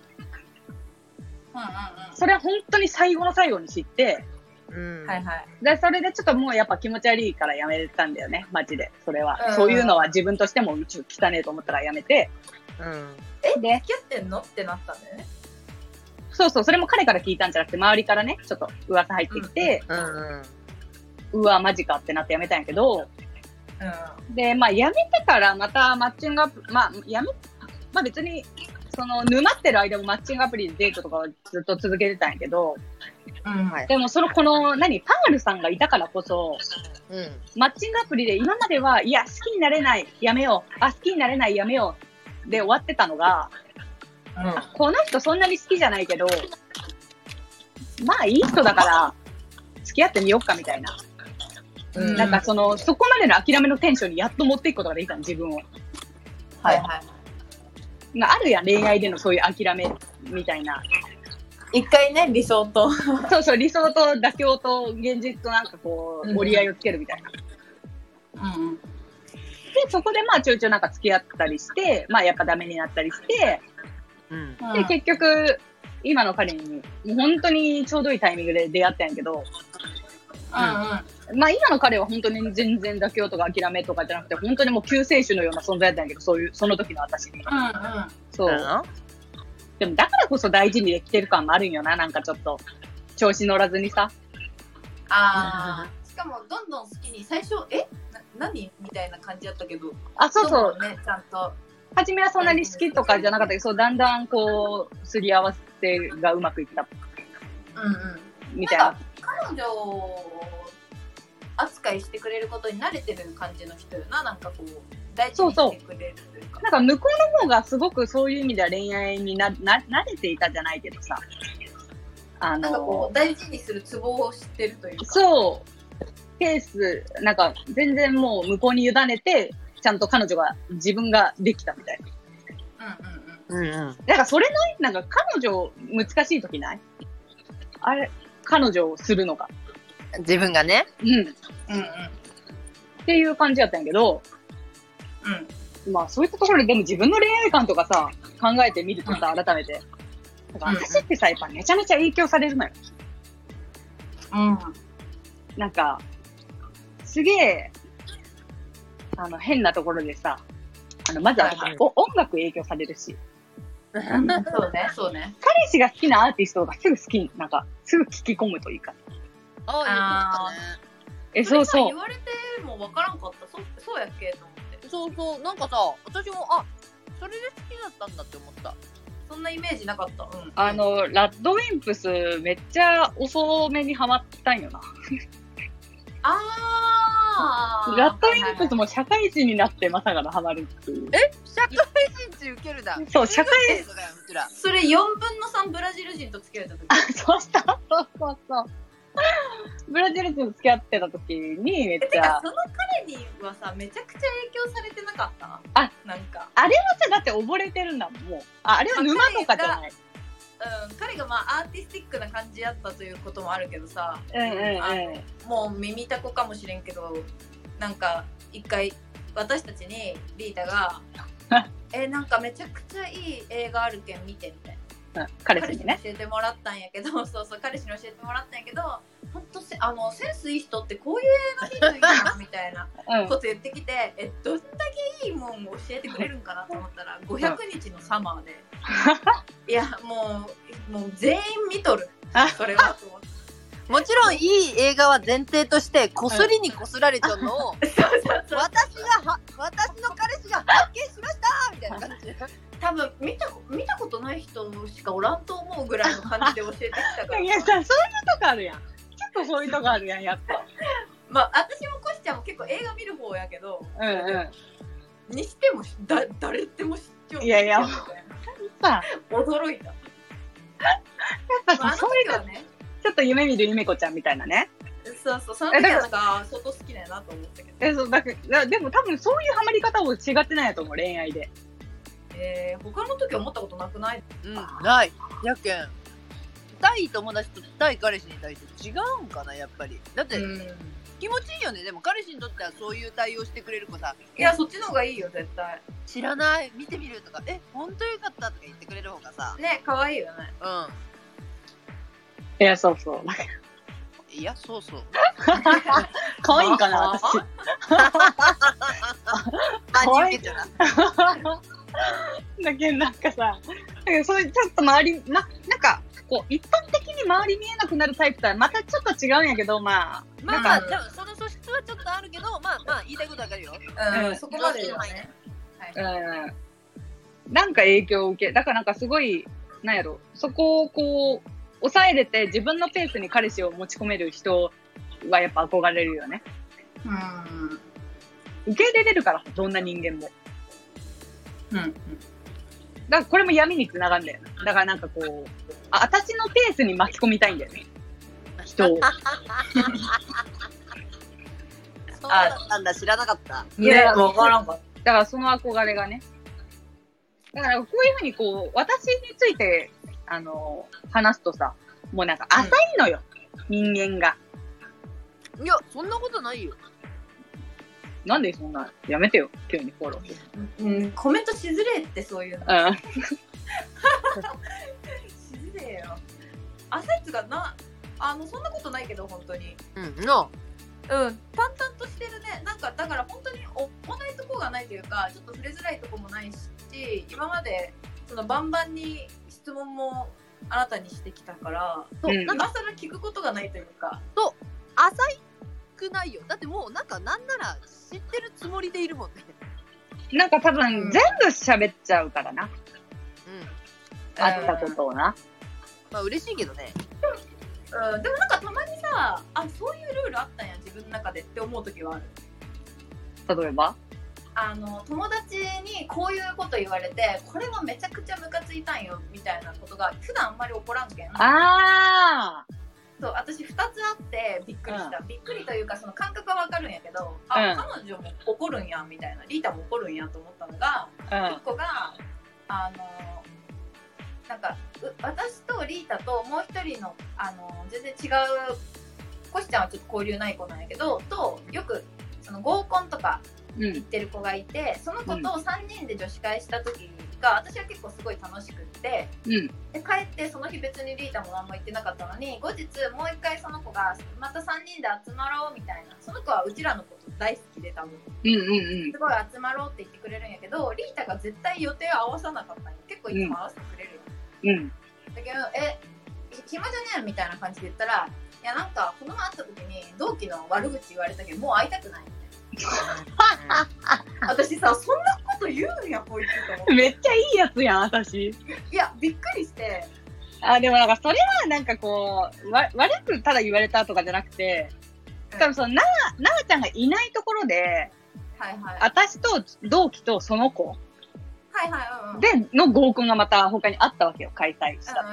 [SPEAKER 1] それは本当に最後の最後に知って、
[SPEAKER 2] うん
[SPEAKER 4] うん。はいはい。
[SPEAKER 1] で、それでちょっともうやっぱ気持ち悪いからやめたんだよね、マジで。それは。
[SPEAKER 4] うん
[SPEAKER 1] そういうのは自分としてもうち汚ねえと思ったからやめて。
[SPEAKER 2] うん
[SPEAKER 1] で、
[SPEAKER 4] 付き合ってんのってなったんだよね。
[SPEAKER 1] そうそう、それも彼から聞いたんじゃなくて、周りからね、ちょっと噂入ってきて、
[SPEAKER 2] うんうん
[SPEAKER 1] うわ、マジかってなってやめたんやけど、
[SPEAKER 4] うん。
[SPEAKER 1] で、まあ、辞めてからまたマッチングアプリ、まあ、やめ、まあ別に、その、沼ってる間もマッチングアプリでデートとかをずっと続けてたんやけど、
[SPEAKER 4] うん
[SPEAKER 2] はい
[SPEAKER 1] でもその、この、何、パールさんがいたからこそ、
[SPEAKER 2] うん
[SPEAKER 1] マッチングアプリで今までは、いや、好きになれない、やめよう、あ、好きになれない、やめよう、で終わってたのが、この人そんなに好きじゃないけど、まあいい人だから、付き合ってみようかみたいな。
[SPEAKER 2] うん
[SPEAKER 1] なんかその、そこまでの諦めのテンションにやっと持っていくことができたの、自分を。
[SPEAKER 4] はいは
[SPEAKER 1] まああるやん、恋愛でのそういう諦めみたい な。
[SPEAKER 4] い。一回ね理想と。
[SPEAKER 1] そうそう、理想と妥協と現実となんかこ
[SPEAKER 4] う
[SPEAKER 1] う、
[SPEAKER 4] ん
[SPEAKER 1] 折り合いをつけるみたいな。で、
[SPEAKER 4] うん
[SPEAKER 1] そこでまあちょいちょいなんか付き合ったりして、まあやっぱダメになったりして、
[SPEAKER 2] うん
[SPEAKER 4] うん。
[SPEAKER 1] で、結局、今の彼に、もう本当にちょうどいいタイミングで出会ったんやけど、まあ今の彼は本当に全然妥協とか諦めとかじゃなくて、本当にもう救世主のような存在だったんやけど、そういう、その時の私に。
[SPEAKER 4] うんうん。
[SPEAKER 1] そう。でもだからこそ大事にできてる感もあるんよな、なんかちょっと。調子乗らずにさ。
[SPEAKER 4] ああ。しかもどんどん好きに最初えな何みたいな感じだったけど。
[SPEAKER 1] あ、そうそう。
[SPEAKER 4] ねちゃんと。
[SPEAKER 1] 初めはそんなに好きとかじゃなかったけど、そう、だんだんこう、すり合わせがうまくいった
[SPEAKER 4] うんうん。
[SPEAKER 1] みたいな。
[SPEAKER 4] 彼女を扱いしてくれることに慣れてる感じの人よななんかこう大事にしてくれるというか
[SPEAKER 1] なんか向こうの方がすごくそういう意味では恋愛にな、な、慣れていたじゃないけどさ。あ
[SPEAKER 4] なんかこ
[SPEAKER 1] の
[SPEAKER 4] う、大事にするツボを知ってるというか
[SPEAKER 1] そう、ケース、なんか全然もう向こうに委ねて、ちゃんと彼女が、自分ができたみたいな。
[SPEAKER 4] うんうんうん
[SPEAKER 2] うんうん
[SPEAKER 1] なんかそれないなんか彼女難しい時ないあれ、彼女をするのが。
[SPEAKER 2] 自分がね
[SPEAKER 1] うん。っ
[SPEAKER 4] うん
[SPEAKER 1] ていう感じやったんやけど、
[SPEAKER 4] うんうん
[SPEAKER 1] まあそういったところででも自分の恋愛観とかさ、考えてみるとさ、改めて。だから
[SPEAKER 4] うん
[SPEAKER 1] 私ってさ、やっぱめちゃめちゃ影響されるのよ。
[SPEAKER 4] うん
[SPEAKER 1] なんか、すげえ、あの、変なところでさ、あの、まずは
[SPEAKER 4] はいはい
[SPEAKER 1] お音楽影響されるし、
[SPEAKER 4] そうね、そうね。
[SPEAKER 1] 彼氏が好きなアーティストがすぐ好き、なんか、すぐ聞き込むというか。
[SPEAKER 2] ああ、
[SPEAKER 1] え、そう
[SPEAKER 4] れさ
[SPEAKER 1] そう
[SPEAKER 4] 言。われてもわからんかった。そう、そうやっけと思って。
[SPEAKER 2] 言そうそう、なんかさ、私も、あ、それで好きだったんだって思った。
[SPEAKER 4] そんなイメージなかった。うん。
[SPEAKER 1] あの、ラッドウィンプス、めっちゃ遅めにハマったんよな。
[SPEAKER 4] あー
[SPEAKER 1] ラッドウィンプスも社会人になってまさかのハマるっていう。
[SPEAKER 2] 社会人中受けるだ。
[SPEAKER 1] そう、社会
[SPEAKER 2] 生徒だよ、うちら。
[SPEAKER 4] それ4分の3ブラジル人と付き合えた時。
[SPEAKER 1] そうしたそうそうそう。ブラジル人と付き合ってた時にめっ
[SPEAKER 4] え
[SPEAKER 1] ち
[SPEAKER 4] て
[SPEAKER 1] ゃ
[SPEAKER 4] か、、その彼にはさ、めちゃくちゃ影響されてなかった
[SPEAKER 1] あ、
[SPEAKER 4] なんか。
[SPEAKER 1] だって溺れてるんだもん、もう。あ、あれは沼とかじゃない。
[SPEAKER 4] うん、彼がまあアーティスティックな感じだったということもあるけどさ、
[SPEAKER 1] うんうんうん。
[SPEAKER 4] もう耳たこかもしれんけどなんか一回私たちにリータ が「えなんかめちゃくちゃいい映画あるけん見て」みたいな
[SPEAKER 1] うん彼氏にね。
[SPEAKER 4] 教えてもらったんやけど そうそう彼氏に教えてもらったんやけど本当せあのセンスいい人ってこういう映画見るんやなみたいな
[SPEAKER 1] うん。
[SPEAKER 4] こと言ってきてえどんだけいいもんを教えてくれるんかなと思ったら500日のサマーで いやもうもう全員見とるそれはと思って。
[SPEAKER 2] もちろんいい映画は前提としてこすりにこすられちゃうのを、私がは私の彼氏が発見しましたみたいな感じ
[SPEAKER 4] 多分見た見たことない人しかおらんと思うぐらいの感じで教えてきたから
[SPEAKER 1] いやさ、そういうとこあるやん。ちょっとそういうとこあるやん、やっぱ。
[SPEAKER 4] まあ私もコシちゃんも結構映画見る方やけど
[SPEAKER 1] うんう
[SPEAKER 4] にしてもだ誰でも知っちゃう
[SPEAKER 1] いやいやん。さ、やっ
[SPEAKER 4] 驚いた、
[SPEAKER 1] ぱ
[SPEAKER 4] まあ、
[SPEAKER 1] さ、
[SPEAKER 4] あの
[SPEAKER 1] そういう
[SPEAKER 4] 時
[SPEAKER 1] と
[SPEAKER 4] はね
[SPEAKER 1] ちょっと夢見るゆめこちゃんみたいなね。
[SPEAKER 4] そうそうその時はなんか相当好きだよなと思ったけど
[SPEAKER 1] え、そう、だけだでも多分そういうハマり方を違ってないやと思う、恋愛で。
[SPEAKER 4] えー、他の時は思ったことなくない
[SPEAKER 2] うんないやけん対友達と対彼氏に対して違うんかなやっぱりだって
[SPEAKER 4] うん
[SPEAKER 2] 気持ちいいよねでも彼氏にとってはそういう対応してくれる子さ
[SPEAKER 4] いやそっちの方がいいよ絶対
[SPEAKER 2] 知らない見てみるとかえ本当よかったとか言ってくれる方がさ
[SPEAKER 4] ね可愛いよね
[SPEAKER 2] う
[SPEAKER 1] いや、そうそう。
[SPEAKER 2] んいやそうそう
[SPEAKER 1] 可愛いんかな、私。可愛い
[SPEAKER 2] 感じ受けちゃうな
[SPEAKER 1] だけどなんかさ、なんかそういうちょっと周り、ななんか、こう、一般的に周り見えなくなるタイプとはまたちょっと違うんやけど、まあ、
[SPEAKER 2] まあ
[SPEAKER 4] なん
[SPEAKER 2] まあ
[SPEAKER 4] か
[SPEAKER 2] 多分その素質はちょっとあるけどまあまあ言いたいことわかるよ
[SPEAKER 4] うん、
[SPEAKER 1] うん
[SPEAKER 4] そこまでよね
[SPEAKER 1] うん。なんか影響を受け、だからなんかすごい、なんやろ、そこをこう、抑えれて自分のペースに彼氏を持ち込める人はやっぱ憧れるよね。
[SPEAKER 4] うん
[SPEAKER 1] 受け入れれるから、どんな人間も。
[SPEAKER 4] うん
[SPEAKER 1] だからこれも闇に繋がるんだよね。だからなんかこう、あ私のペースに巻き込みたいんだよね。人を。
[SPEAKER 2] そうだったんだ知らなかった
[SPEAKER 4] いや分からんかっ
[SPEAKER 1] だからその憧れがね。だからこういうふうにこう、私について、あの、話すとさ、もうなんか浅いのよ、人間が。
[SPEAKER 2] いやそんなことないよ
[SPEAKER 1] なんでそんな、やめてよ、急にフォロー。
[SPEAKER 4] た、うん、コメントしづれえってそういうの
[SPEAKER 1] うん。
[SPEAKER 4] しずれよ朝いつがなあのそんなことないけど本当に
[SPEAKER 2] うんの
[SPEAKER 4] うん淡々としてるねなんかだから本当にお同じとこがないというかちょっと触れづらいとこもないし今までそのバンバンに質問もあなたにしてきたから
[SPEAKER 2] そう、
[SPEAKER 1] うん
[SPEAKER 2] なんか
[SPEAKER 4] 今更聞くことがないというか
[SPEAKER 2] 浅いくないよだってもうなんかなんなら知ってるつもりでいるもんね
[SPEAKER 1] なんか多
[SPEAKER 4] う
[SPEAKER 1] 分、全
[SPEAKER 4] ん
[SPEAKER 1] 部喋っちゃうからな、
[SPEAKER 2] うん
[SPEAKER 1] あったことをな。
[SPEAKER 2] まあ嬉しいけどね
[SPEAKER 4] うん、うんでもなんかたまにさあそういうルールあったんや自分の中でって思う時はある
[SPEAKER 1] 例えば
[SPEAKER 4] あの友達にこういうこと言われてこれはめちゃくちゃムカついたんよみたいなことが普段あんまり起こらんけん
[SPEAKER 1] あ
[SPEAKER 4] そう私2つあってびっくりした、びっくりというかその感覚はわかるんやけどあ、
[SPEAKER 1] うん
[SPEAKER 4] 彼女も怒るんやみたいなリータも怒るんやと思ったのが
[SPEAKER 1] ー。
[SPEAKER 4] 1個があのなんかう私とリータともう1人のあの全然違うコシちゃんはちょっと交流ない子なんやけどとよくその合コンとか
[SPEAKER 1] うん。う
[SPEAKER 4] 行っ
[SPEAKER 1] ん。
[SPEAKER 4] てる子がいてその子と3人で女子会した時が私は結構すごい楽しくって。
[SPEAKER 1] うん。
[SPEAKER 4] で帰ってその日別にリータも何も言ってなかったのに後日もう一回その子がまた3人で集まろうみたいなその子はうちらのこと大好きで多分
[SPEAKER 1] うんうんうん。
[SPEAKER 4] すごい集まろうって言ってくれるんやけどリータが絶対予定を合わさなかったんよ結構いつも合わせて
[SPEAKER 1] うん。
[SPEAKER 4] だけど「えひ暇じゃねえ」みたいな感じで言ったら「いやなんかこの前会った時に同期の悪口言われたけどもう会いたくない」みたいな私さそんなこと言うんやこいつと思って
[SPEAKER 1] めっちゃいいやつやん、私。
[SPEAKER 4] いやびっくりして
[SPEAKER 1] あ、でもなんかそれはなんかこう、わ悪くただ言われたとかじゃなくて、多分その、なあ、なあちゃんがいないところで、
[SPEAKER 4] はいはいはい
[SPEAKER 1] 私と同期とその子
[SPEAKER 4] はいうんうん
[SPEAKER 1] で、の合コンがまた他にあったわけよ、開催した。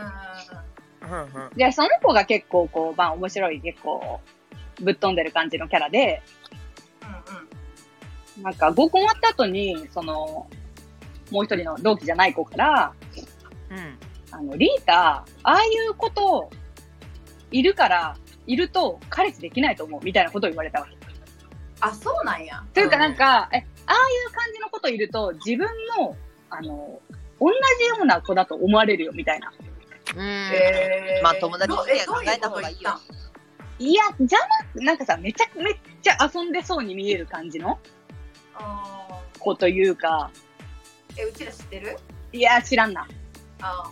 [SPEAKER 4] うんうんうんうん
[SPEAKER 2] うん
[SPEAKER 1] で、その子が結構こう、まあ面白い、結構、ぶっ飛んでる感じのキャラで、
[SPEAKER 4] うんうん
[SPEAKER 1] なんか合コン終わった後に、その、もう一人の同期じゃない子から、
[SPEAKER 2] うん
[SPEAKER 1] あの、リータ、ああいうこと、いるから、いると彼氏できないと思う、みたいなことを言われたわけ。
[SPEAKER 4] あそうなんや
[SPEAKER 1] というかなんか、え、ああいう感じのこといると、自分の、あの、同じような子だと思われるよ、みたいな。
[SPEAKER 2] うん
[SPEAKER 4] えー
[SPEAKER 2] まあ友達付き合い
[SPEAKER 4] ど
[SPEAKER 2] 考えた方がいいよ
[SPEAKER 1] いや、じゃなく、なんかさ、めちゃめっちゃ遊んでそうに見える感じの
[SPEAKER 4] あ
[SPEAKER 1] 子というか、
[SPEAKER 4] ーえうちら知ってる
[SPEAKER 1] いや、知らんな。
[SPEAKER 4] あ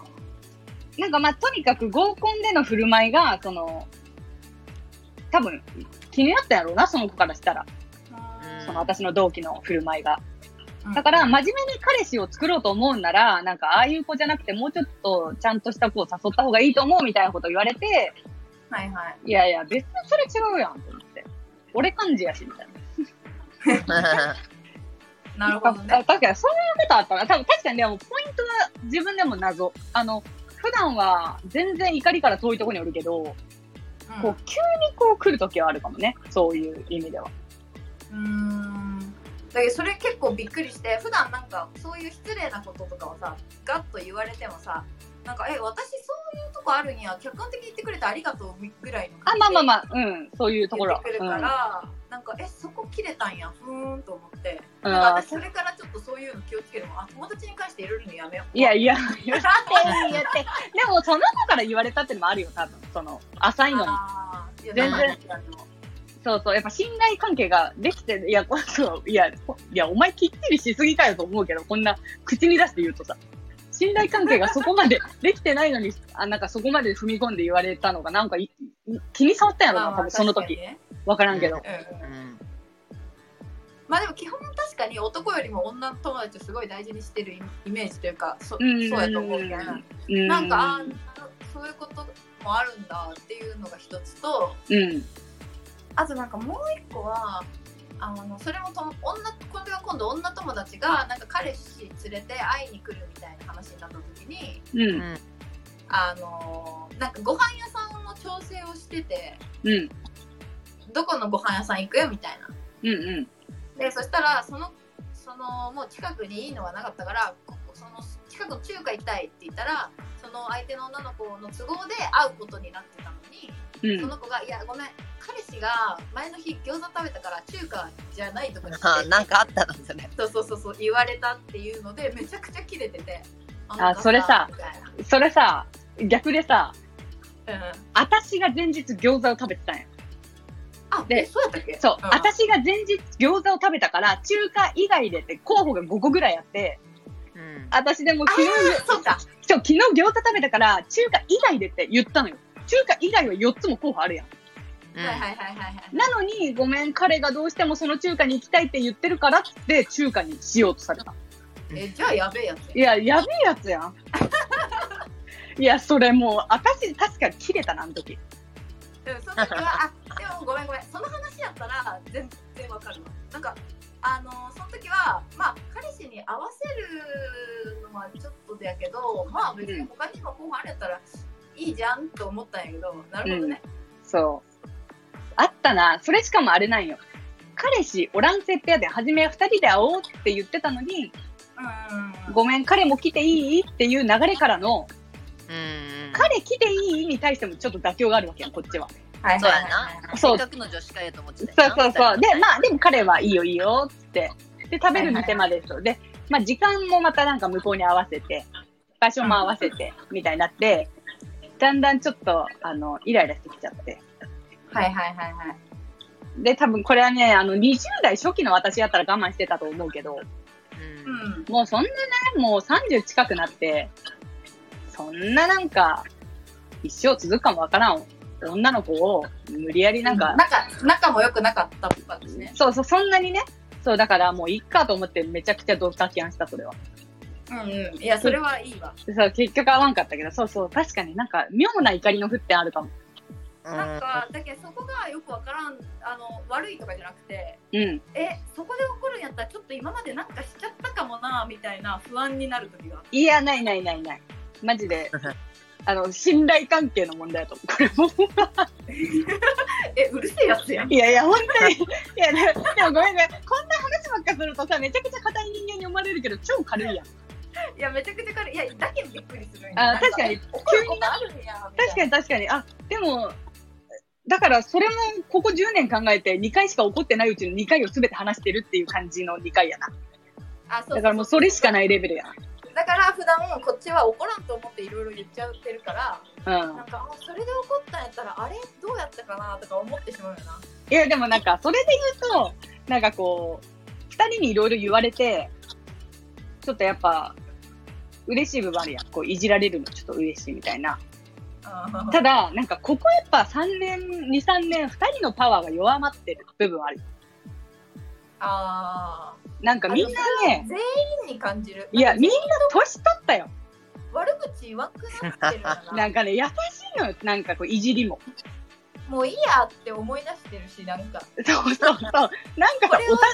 [SPEAKER 1] なんかまあ、とにかく合コンでの振る舞いが、その、多分、気になったやろうな、その子からしたら。
[SPEAKER 4] ー
[SPEAKER 1] その私の同期の振る舞いが。
[SPEAKER 4] うん
[SPEAKER 1] だから、真面目に彼氏を作ろうと思うなら、なんか、ああいう子じゃなくて、もうちょっとちゃんとした子を誘った方がいいと思うみたいなこと言われて、
[SPEAKER 4] はいはい
[SPEAKER 1] いやいや、別にそれ違うやん、と思って。俺感じやし、みたいな。
[SPEAKER 4] なるほどね
[SPEAKER 1] あ確かに、そういうことあったな。多分確かに、でも、ポイントは自分でも謎。あの、普段は全然怒りから遠いところにおるけど、
[SPEAKER 4] うん
[SPEAKER 1] こう、急にこう来るときはあるかもね。そういう意味では。
[SPEAKER 4] うーんだけどそれ結構びっくりして普段なんかそういう失礼なこととかをさガッと言われてもさなんかえ私そういうとこあるんや客観的に言ってくれてありがとうぐらいの
[SPEAKER 1] あ、まあまあまあ、うん、そういうところ
[SPEAKER 4] 言っ。てくるか
[SPEAKER 1] う
[SPEAKER 4] ら、なんかえそこ切れたんやふーんと思って
[SPEAKER 1] ん、
[SPEAKER 4] なんか私それからちょっとそういうの気をつけるもんあ友達に関していろいろやめよう
[SPEAKER 1] いや
[SPEAKER 4] い
[SPEAKER 1] い や、 言って、言って。でも、その子から言われたっていうのもあるよ、多分。その、浅いのに。
[SPEAKER 4] い
[SPEAKER 1] 全
[SPEAKER 4] や
[SPEAKER 1] 然
[SPEAKER 4] なんかあの
[SPEAKER 1] そうそう、やっぱ信頼関係ができて、いや、こそういや、こいや、お前きっちりしすぎかよと思うけど、こんな口に出して言うとさ、信頼関係がそこまでできてないのに、あなんかそこまで踏み込んで言われたのが、なんかいい気に障ったんやろ
[SPEAKER 4] まあ
[SPEAKER 1] な、
[SPEAKER 4] まあ
[SPEAKER 1] 多分その時
[SPEAKER 4] 確。かにね
[SPEAKER 1] わからんけど。
[SPEAKER 4] うんうん
[SPEAKER 2] うん
[SPEAKER 4] まあでも基本確かに男よりも女の友達をすごい大事にしてるイイメージというかそ,、
[SPEAKER 1] うん
[SPEAKER 4] そうやと思うけど、
[SPEAKER 1] うん。
[SPEAKER 4] なんかあーそういうこともあるんだっていうのが一つと
[SPEAKER 1] うん。
[SPEAKER 4] あとなんかもう一個はあのそれもとも女今度は今度女友達がなんか彼氏連れて会いに来るみたいな話になった時に
[SPEAKER 1] うん。
[SPEAKER 4] あのなんかご飯屋さんの調整をしてて
[SPEAKER 1] うん。
[SPEAKER 4] どこのご飯屋さん行くよみたいな。
[SPEAKER 1] うん。
[SPEAKER 4] でそしたらそのそのもう近くにいいのはなかったからここその近くの中華行きたいって言ったらその相手の女の子の都合で会うことになってたのに、
[SPEAKER 1] うん。う
[SPEAKER 4] そ
[SPEAKER 1] ん。
[SPEAKER 4] の子が「いやごめん彼氏が前の日餃子食べたから中華じゃないとこに行っ
[SPEAKER 2] あ
[SPEAKER 4] て
[SPEAKER 2] なんかあったなそれ
[SPEAKER 4] そうそうそうそう言われた」っていうのでめちゃくちゃキレてて「
[SPEAKER 1] あそれさ
[SPEAKER 4] みたいな
[SPEAKER 1] それさ、逆でさ、
[SPEAKER 4] うん、
[SPEAKER 1] 私が前日餃子を食べてたんや。
[SPEAKER 4] あ
[SPEAKER 1] で
[SPEAKER 4] えそうやったっけ
[SPEAKER 1] そう、
[SPEAKER 4] ん
[SPEAKER 1] 私が前日餃子を食べたから、中華以外でって候補が5個ぐらいあって、
[SPEAKER 2] うん
[SPEAKER 1] 私でも
[SPEAKER 4] あ
[SPEAKER 1] 昨日、
[SPEAKER 4] ーそうか
[SPEAKER 1] そう昨日餃子食べたから、中華以外でって言ったのよ。中華以外は4つも候補あるやん。
[SPEAKER 4] はいはいはいはいはい
[SPEAKER 1] なのに、ごめん、彼がどうしてもその中華に行きたいって言ってるからって、中華にしようとされた。
[SPEAKER 4] えじゃあやべえやつ
[SPEAKER 1] いや、やべえやつやん。 いや、それもう、私、確かに切れたな、あの時。
[SPEAKER 4] でもその時はあでもごめんごめんその話やったら全然わかるわなんかあのーその時はまあ彼氏に合わせるのはちょっとだけどまあ別に他にも候補あるやったらいいじゃんと思ったんやけどなるほどね、
[SPEAKER 1] そう。あったな。それしかもあれなんよ。彼氏、おらんせってやで、初めは2人で会おうって言ってたのに、
[SPEAKER 4] うん
[SPEAKER 1] ごめん、彼も来ていいっていう流れからの、
[SPEAKER 2] うん
[SPEAKER 1] 彼来ていいに対してもちょっと妥協があるわけやん、こっちは。
[SPEAKER 4] はい
[SPEAKER 2] そう
[SPEAKER 4] はい
[SPEAKER 2] や
[SPEAKER 4] は
[SPEAKER 2] な
[SPEAKER 4] いはい
[SPEAKER 1] そう
[SPEAKER 2] せっかくの女子会やと思っ
[SPEAKER 1] そう
[SPEAKER 2] てたよな
[SPEAKER 1] そうそう。で、
[SPEAKER 2] 二
[SPEAKER 1] まあ、でも彼はいいよ、いいよ、つって。で、食べる店までと。で、まあ、時間もまたなんか向こうに合わせて、場所も合わせて、みたいになって、だんだんちょっと、あの、イライラしてきちゃって。
[SPEAKER 4] はいはいはいはい
[SPEAKER 1] で、多分これはね、あの、20代初期の私やったら我慢してたと思うけど、
[SPEAKER 2] 人
[SPEAKER 4] うん
[SPEAKER 1] もうそんなね、もう30近くなって、そんななんか、一生続くかもわからん女の子を無理やりなんか、
[SPEAKER 4] なんか、仲も良くなかったっぽかったですね。
[SPEAKER 1] そうそう、そんなにね、そう、だからもういいかと思ってめちゃくちゃドタキャンした、それは。
[SPEAKER 4] うんうん。いや、それはいいわ。
[SPEAKER 1] でそう、結局合わんかったけど、そうそう、確かになんか妙な怒りの沸点あるかも。
[SPEAKER 4] なんか、だけどそこがよくわからん、あの、悪いとかじゃなくて、
[SPEAKER 1] うん。
[SPEAKER 4] え、そこで怒るんやったら、ちょっと今までなんかしちゃったかもな、みたいな不安になる時が。
[SPEAKER 1] いや、ないないないない。マジ で、あの、信頼関係の問題だと思う。これも。
[SPEAKER 4] え、うるせえやつやん。
[SPEAKER 1] いやいや、本当に。い や、でもでもごめんね。こんな話ばっかするとさ、めちゃくちゃ硬い人間に思われるけど、超軽いやん。
[SPEAKER 4] いや、めちゃくちゃ軽い。いや、だけどびっくりするんや
[SPEAKER 1] あ確かに。
[SPEAKER 4] 怒ることあるんや。
[SPEAKER 1] 確か
[SPEAKER 4] に。
[SPEAKER 1] に確かに。あ、でも、だからそれもここ10年考えて2回しか起こってないうちの2回を全て話してるっていう感じの2回やな。
[SPEAKER 4] あ、そう
[SPEAKER 1] だからもうそれしかないレベルや
[SPEAKER 4] だから普段こっちは怒らんと思っていろいろ言っちゃってるから
[SPEAKER 1] な。うん
[SPEAKER 4] な。んかあそれで怒ったんやったらあれどうやったかなとか思ってしまうよない
[SPEAKER 1] や、でもなんか、それで言うと、なんかこう、二人にいろいろ言われて、ちょっとやっぱ、嬉しい部分あるやん。こう、いじられるのちょっと嬉しいみたいな。
[SPEAKER 4] あ
[SPEAKER 1] ただ、なんか、ここやっぱ3年、2、3年、二人のパワーが弱まってる部分ある。
[SPEAKER 4] あ
[SPEAKER 1] なんかみんなね、
[SPEAKER 4] 全員に感じる
[SPEAKER 1] いや、みんな
[SPEAKER 4] な
[SPEAKER 1] 年取ったよ。
[SPEAKER 4] 悪口言わくなってるよ
[SPEAKER 1] な
[SPEAKER 4] なん
[SPEAKER 1] かね、優しいのよ。なんかこう、いじりも。
[SPEAKER 4] もういいやって思い出してるしなんか
[SPEAKER 1] そうそうそう。なんかさ
[SPEAKER 4] これは
[SPEAKER 1] おた、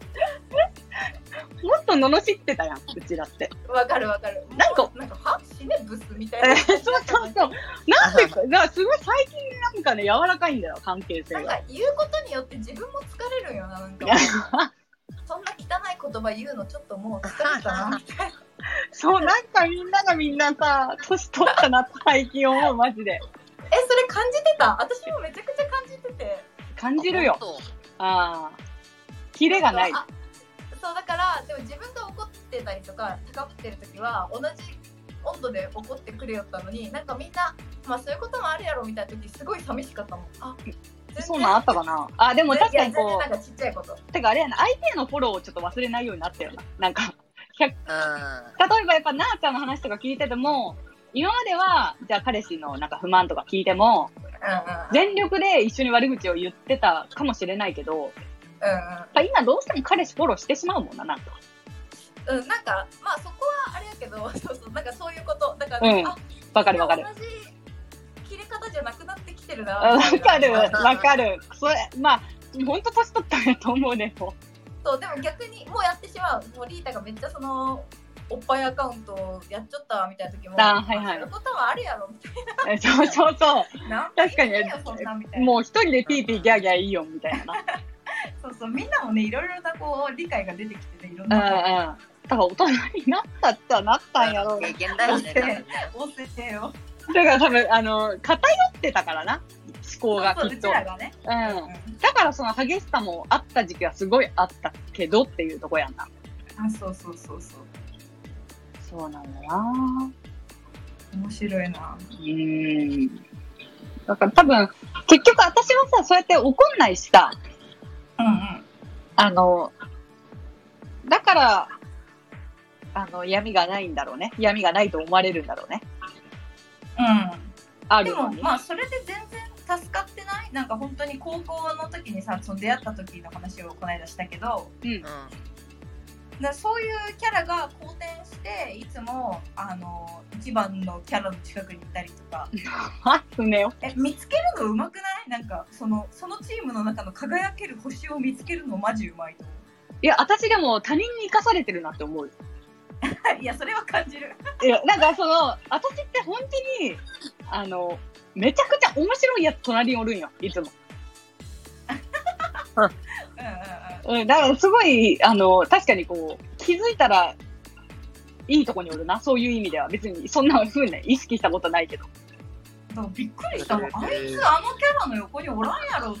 [SPEAKER 1] もっと罵ってたやん、うちらって。
[SPEAKER 4] わかるわかる
[SPEAKER 1] なんか
[SPEAKER 4] もうなんかは死ねブスみたい
[SPEAKER 1] え
[SPEAKER 4] な
[SPEAKER 1] そうそうそう。なんでか、なんかすごい最近なんかね、柔らかいんだよ、関係性
[SPEAKER 4] なん
[SPEAKER 1] が。
[SPEAKER 4] か言うことによって自分も疲れるよななんかそんな汚い言葉言うのちょっともう疲れたな みたいな
[SPEAKER 1] そう、なんかみんながみんなさ、年取ったなって最近思う、マジで。
[SPEAKER 4] えそれ感じてた私もめちゃくちゃ感じてて
[SPEAKER 1] 感じるよ。ああ。キレがない。
[SPEAKER 4] あそうだからでも自分が怒ってたりとか高ぶってる時は同じ温度で怒ってくれよったのになんかみんなまあそういうこともあるやろみたいな時すごい寂しかったもんあ
[SPEAKER 1] そうなんあったかな。あ、で
[SPEAKER 4] で
[SPEAKER 1] も確かにこ
[SPEAKER 4] なんかちっちゃいこと
[SPEAKER 1] う、てかあれやな、相手へのフォローをちょっと忘れないようになったよな。なんか、
[SPEAKER 2] うん
[SPEAKER 1] 例えばやっぱなあちゃんの話とか聞いてても、今までは、じゃあ彼氏のなんか不満とか聞いても、
[SPEAKER 4] うん
[SPEAKER 1] 全力で一緒に悪口を言ってたかもしれないけど、
[SPEAKER 4] う
[SPEAKER 1] やっぱ今どうしても彼氏フォローしてしまうもんな、なんか。
[SPEAKER 4] んうんうんなんかまあそこはあれやけど そうそうなんかそういうことだから、
[SPEAKER 1] うん
[SPEAKER 4] あ
[SPEAKER 1] わかるわかる。
[SPEAKER 4] 同じ切れ方じゃなくなってきてるな
[SPEAKER 1] あわ
[SPEAKER 4] みた
[SPEAKER 1] か
[SPEAKER 4] い
[SPEAKER 1] る、
[SPEAKER 4] な
[SPEAKER 1] わかる。それ、まあ、ほんと年取ったんやと思うね、も
[SPEAKER 4] そうでも逆にもうやってしまうもうリータがめっちゃそのおっぱいアカウントやっちゃったわみたいな時も
[SPEAKER 1] あーはいはい。
[SPEAKER 4] そういうことはあるやろみたいう
[SPEAKER 1] そうそうそ
[SPEAKER 4] な
[SPEAKER 1] 確かに
[SPEAKER 4] なん言ってんよそんなみた
[SPEAKER 1] う。
[SPEAKER 4] いな
[SPEAKER 1] もう一人でピーピーギャーギャーいいよ、みたいなな。
[SPEAKER 4] そうそうみんなもねいろいろなこう理解が出てきてねいろん
[SPEAKER 1] うんうん。
[SPEAKER 4] な
[SPEAKER 1] だから大人になったってはなったんやろう
[SPEAKER 2] 経験だよね多分ね
[SPEAKER 4] 応接性を
[SPEAKER 1] だから多分、あの、偏ってたからな、思考が
[SPEAKER 4] そう
[SPEAKER 1] き
[SPEAKER 4] う
[SPEAKER 1] っ
[SPEAKER 4] ち
[SPEAKER 1] と。
[SPEAKER 4] らがね、
[SPEAKER 1] うん
[SPEAKER 4] う。ん
[SPEAKER 1] だからその激しさもあった時期はすごいあったけどっていうとこやんな。
[SPEAKER 4] あそうそうそうそう
[SPEAKER 1] そうなんだな
[SPEAKER 4] 面白いな
[SPEAKER 1] うーん。だから多分、結局私はさ、そうやって怒んないしさ、
[SPEAKER 4] うんうん
[SPEAKER 1] あの、だから、あの、闇がないんだろうね。闇がないと思われるんだろうね。あ
[SPEAKER 4] うん、で
[SPEAKER 1] る
[SPEAKER 4] も
[SPEAKER 1] のに。
[SPEAKER 4] まあそれで全然助かってないなんか本当に高校の時にさその出会った時の話をこの間したけど、
[SPEAKER 1] うん。
[SPEAKER 4] だそういうキャラが好転していつもあの一番のキャラの近くにいたりとか
[SPEAKER 1] はすねよ。
[SPEAKER 4] え見つけるのうまくないなんかそのそのチームの中の輝ける星を見つけるのマジうま いと思
[SPEAKER 1] いや、私でも他人に生かされてるなって思うよ。
[SPEAKER 4] ういやそれは感じる
[SPEAKER 1] いや、なんかその、私って本当に、あの、めちゃくちゃ面白いやつ隣におるんよ、いつも。
[SPEAKER 4] うんうんうん
[SPEAKER 1] うん、だからすごい、あの、確かにこう、気づいたら、いいとこにおるな、そういう意味では。別に、そんな風にね、意識したことないけど。
[SPEAKER 4] だからびっくりしたもんあいつあのキャラの横におらんやろって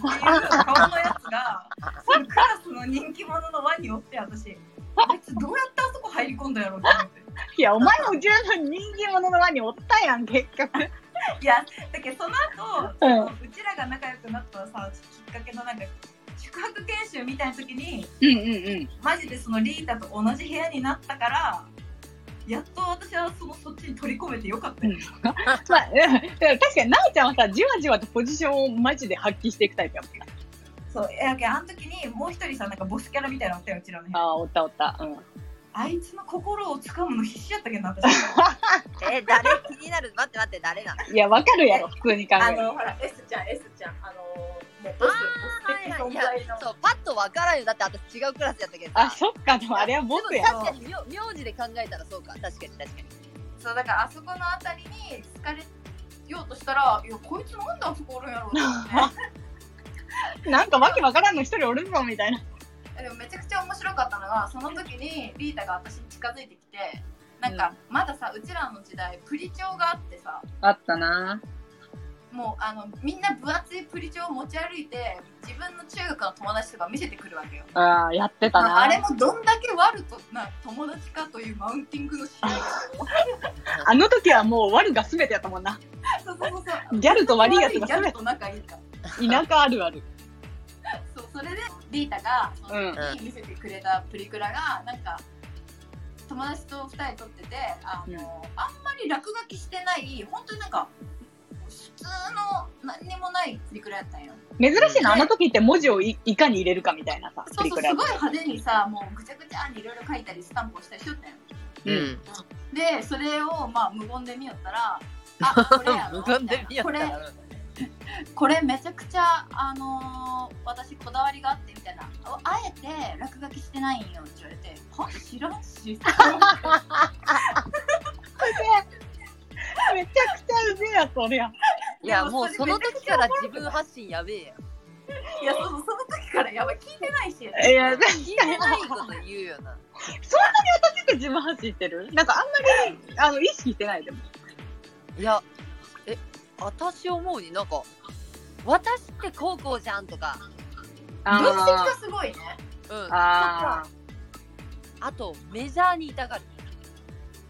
[SPEAKER 4] いう顔のやつがそのクラスの人気者の輪におって私あいつどうやってあそこ入り込んだやろうと思って
[SPEAKER 1] いや、お前も十分人間者の輪におったやん、結局。
[SPEAKER 4] いやだけどその後、
[SPEAKER 1] うん
[SPEAKER 4] ううちらが仲良くなったさきっかけのなんか宿泊研修みたいな時に
[SPEAKER 1] うんうんうん。
[SPEAKER 4] マジでそのリータと同じ部屋になったからやっと私はそのそっちに取り込めてよかったよ、
[SPEAKER 1] まあ、うんだから確かに、なおちゃんはさ、じわじわとポジションをマジで発揮していくタイプやもんな。
[SPEAKER 4] そういやけんあの時にもう一人さなんかボスキャラみたいなのおったようちらの部屋
[SPEAKER 1] ああ、おったおった。うん。
[SPEAKER 4] あいつの心をつかむの必死やったけどな私
[SPEAKER 2] え、誰気になる待って待って、誰なの
[SPEAKER 1] いや、わかるやろ、普通に考
[SPEAKER 4] あ
[SPEAKER 1] える。
[SPEAKER 4] のほら S ちゃん S ちゃんあのもうボスボス的存
[SPEAKER 2] いや
[SPEAKER 4] 在の、
[SPEAKER 2] そう、パッとわからんよ。だって私違うクラスやったけどさ
[SPEAKER 1] あ、そっか、でもあれは僕や。
[SPEAKER 2] 確かに、名名字で考えたらそうか。確かに、確かに。
[SPEAKER 4] そうだからあそこのあたりに好かれようとしたらいやこいつなんであそこおるんやろうと思って。
[SPEAKER 1] なんかわけわからんの一人おるぞ、みたいな。
[SPEAKER 4] でもめちゃくちゃ面白かったのがその時にリータが私に近づいてきてなんかまださうちらの時代プリチョがあってさ
[SPEAKER 1] あったな
[SPEAKER 4] もうあのみんな分厚いプリチョを持ち歩いて自分の中学の友達とか見せてくるわけよ
[SPEAKER 1] ああ、やってた
[SPEAKER 4] まあ
[SPEAKER 1] な
[SPEAKER 4] あれもどんだけ悪とな友達かというマウンティングの試合
[SPEAKER 1] あの時はもう悪が全てやったもんな。
[SPEAKER 4] そうそうそうそう
[SPEAKER 1] ギャルと悪いや
[SPEAKER 4] ギ
[SPEAKER 1] つが全
[SPEAKER 4] ャル
[SPEAKER 1] て。
[SPEAKER 4] と仲いいから
[SPEAKER 1] 田舎あるある。
[SPEAKER 4] そうそれでリータがその
[SPEAKER 2] うん
[SPEAKER 4] 時に見せてくれたプリクラがなんか友達と2人撮っててあの、
[SPEAKER 1] うん
[SPEAKER 4] あんまり落書きしてない本当になんか普通の何にもないプリクラやったんよ
[SPEAKER 1] 珍しいな、あの時って文字をいいかに入れるかみたいなさ、
[SPEAKER 4] そ
[SPEAKER 1] プリ
[SPEAKER 4] うそう
[SPEAKER 1] ク
[SPEAKER 4] す
[SPEAKER 1] ラ。
[SPEAKER 4] ごい派手にさもうぐちゃぐちゃにいろいろ書いたりスタンプをしたりしよったんよ
[SPEAKER 1] うん
[SPEAKER 4] でそれをまあ無言で見よったらあこれやろ
[SPEAKER 2] 無言で見よった
[SPEAKER 4] みたいな
[SPEAKER 2] ら
[SPEAKER 4] これこれめちゃくちゃあのー私こだわりがあってみたいなああえて落書きしてないんよって言われては知らんし
[SPEAKER 1] めちゃくちゃうぜえやつおるやん。
[SPEAKER 2] いや、もうその時から自分発信やべえやん。
[SPEAKER 4] いやそうそうその時からやばい聞いてないし
[SPEAKER 1] いや、だ
[SPEAKER 2] 聞いてないこと言うよな。
[SPEAKER 1] って自分走ってるなんかあんまり、あの、意識してないでも。
[SPEAKER 2] いや、え、私思うになんか、私って高校じゃんとか、
[SPEAKER 4] 分析
[SPEAKER 1] あ
[SPEAKER 4] がすごいね
[SPEAKER 2] うん。
[SPEAKER 1] あ
[SPEAKER 2] とかあと、メジャーにいたがる。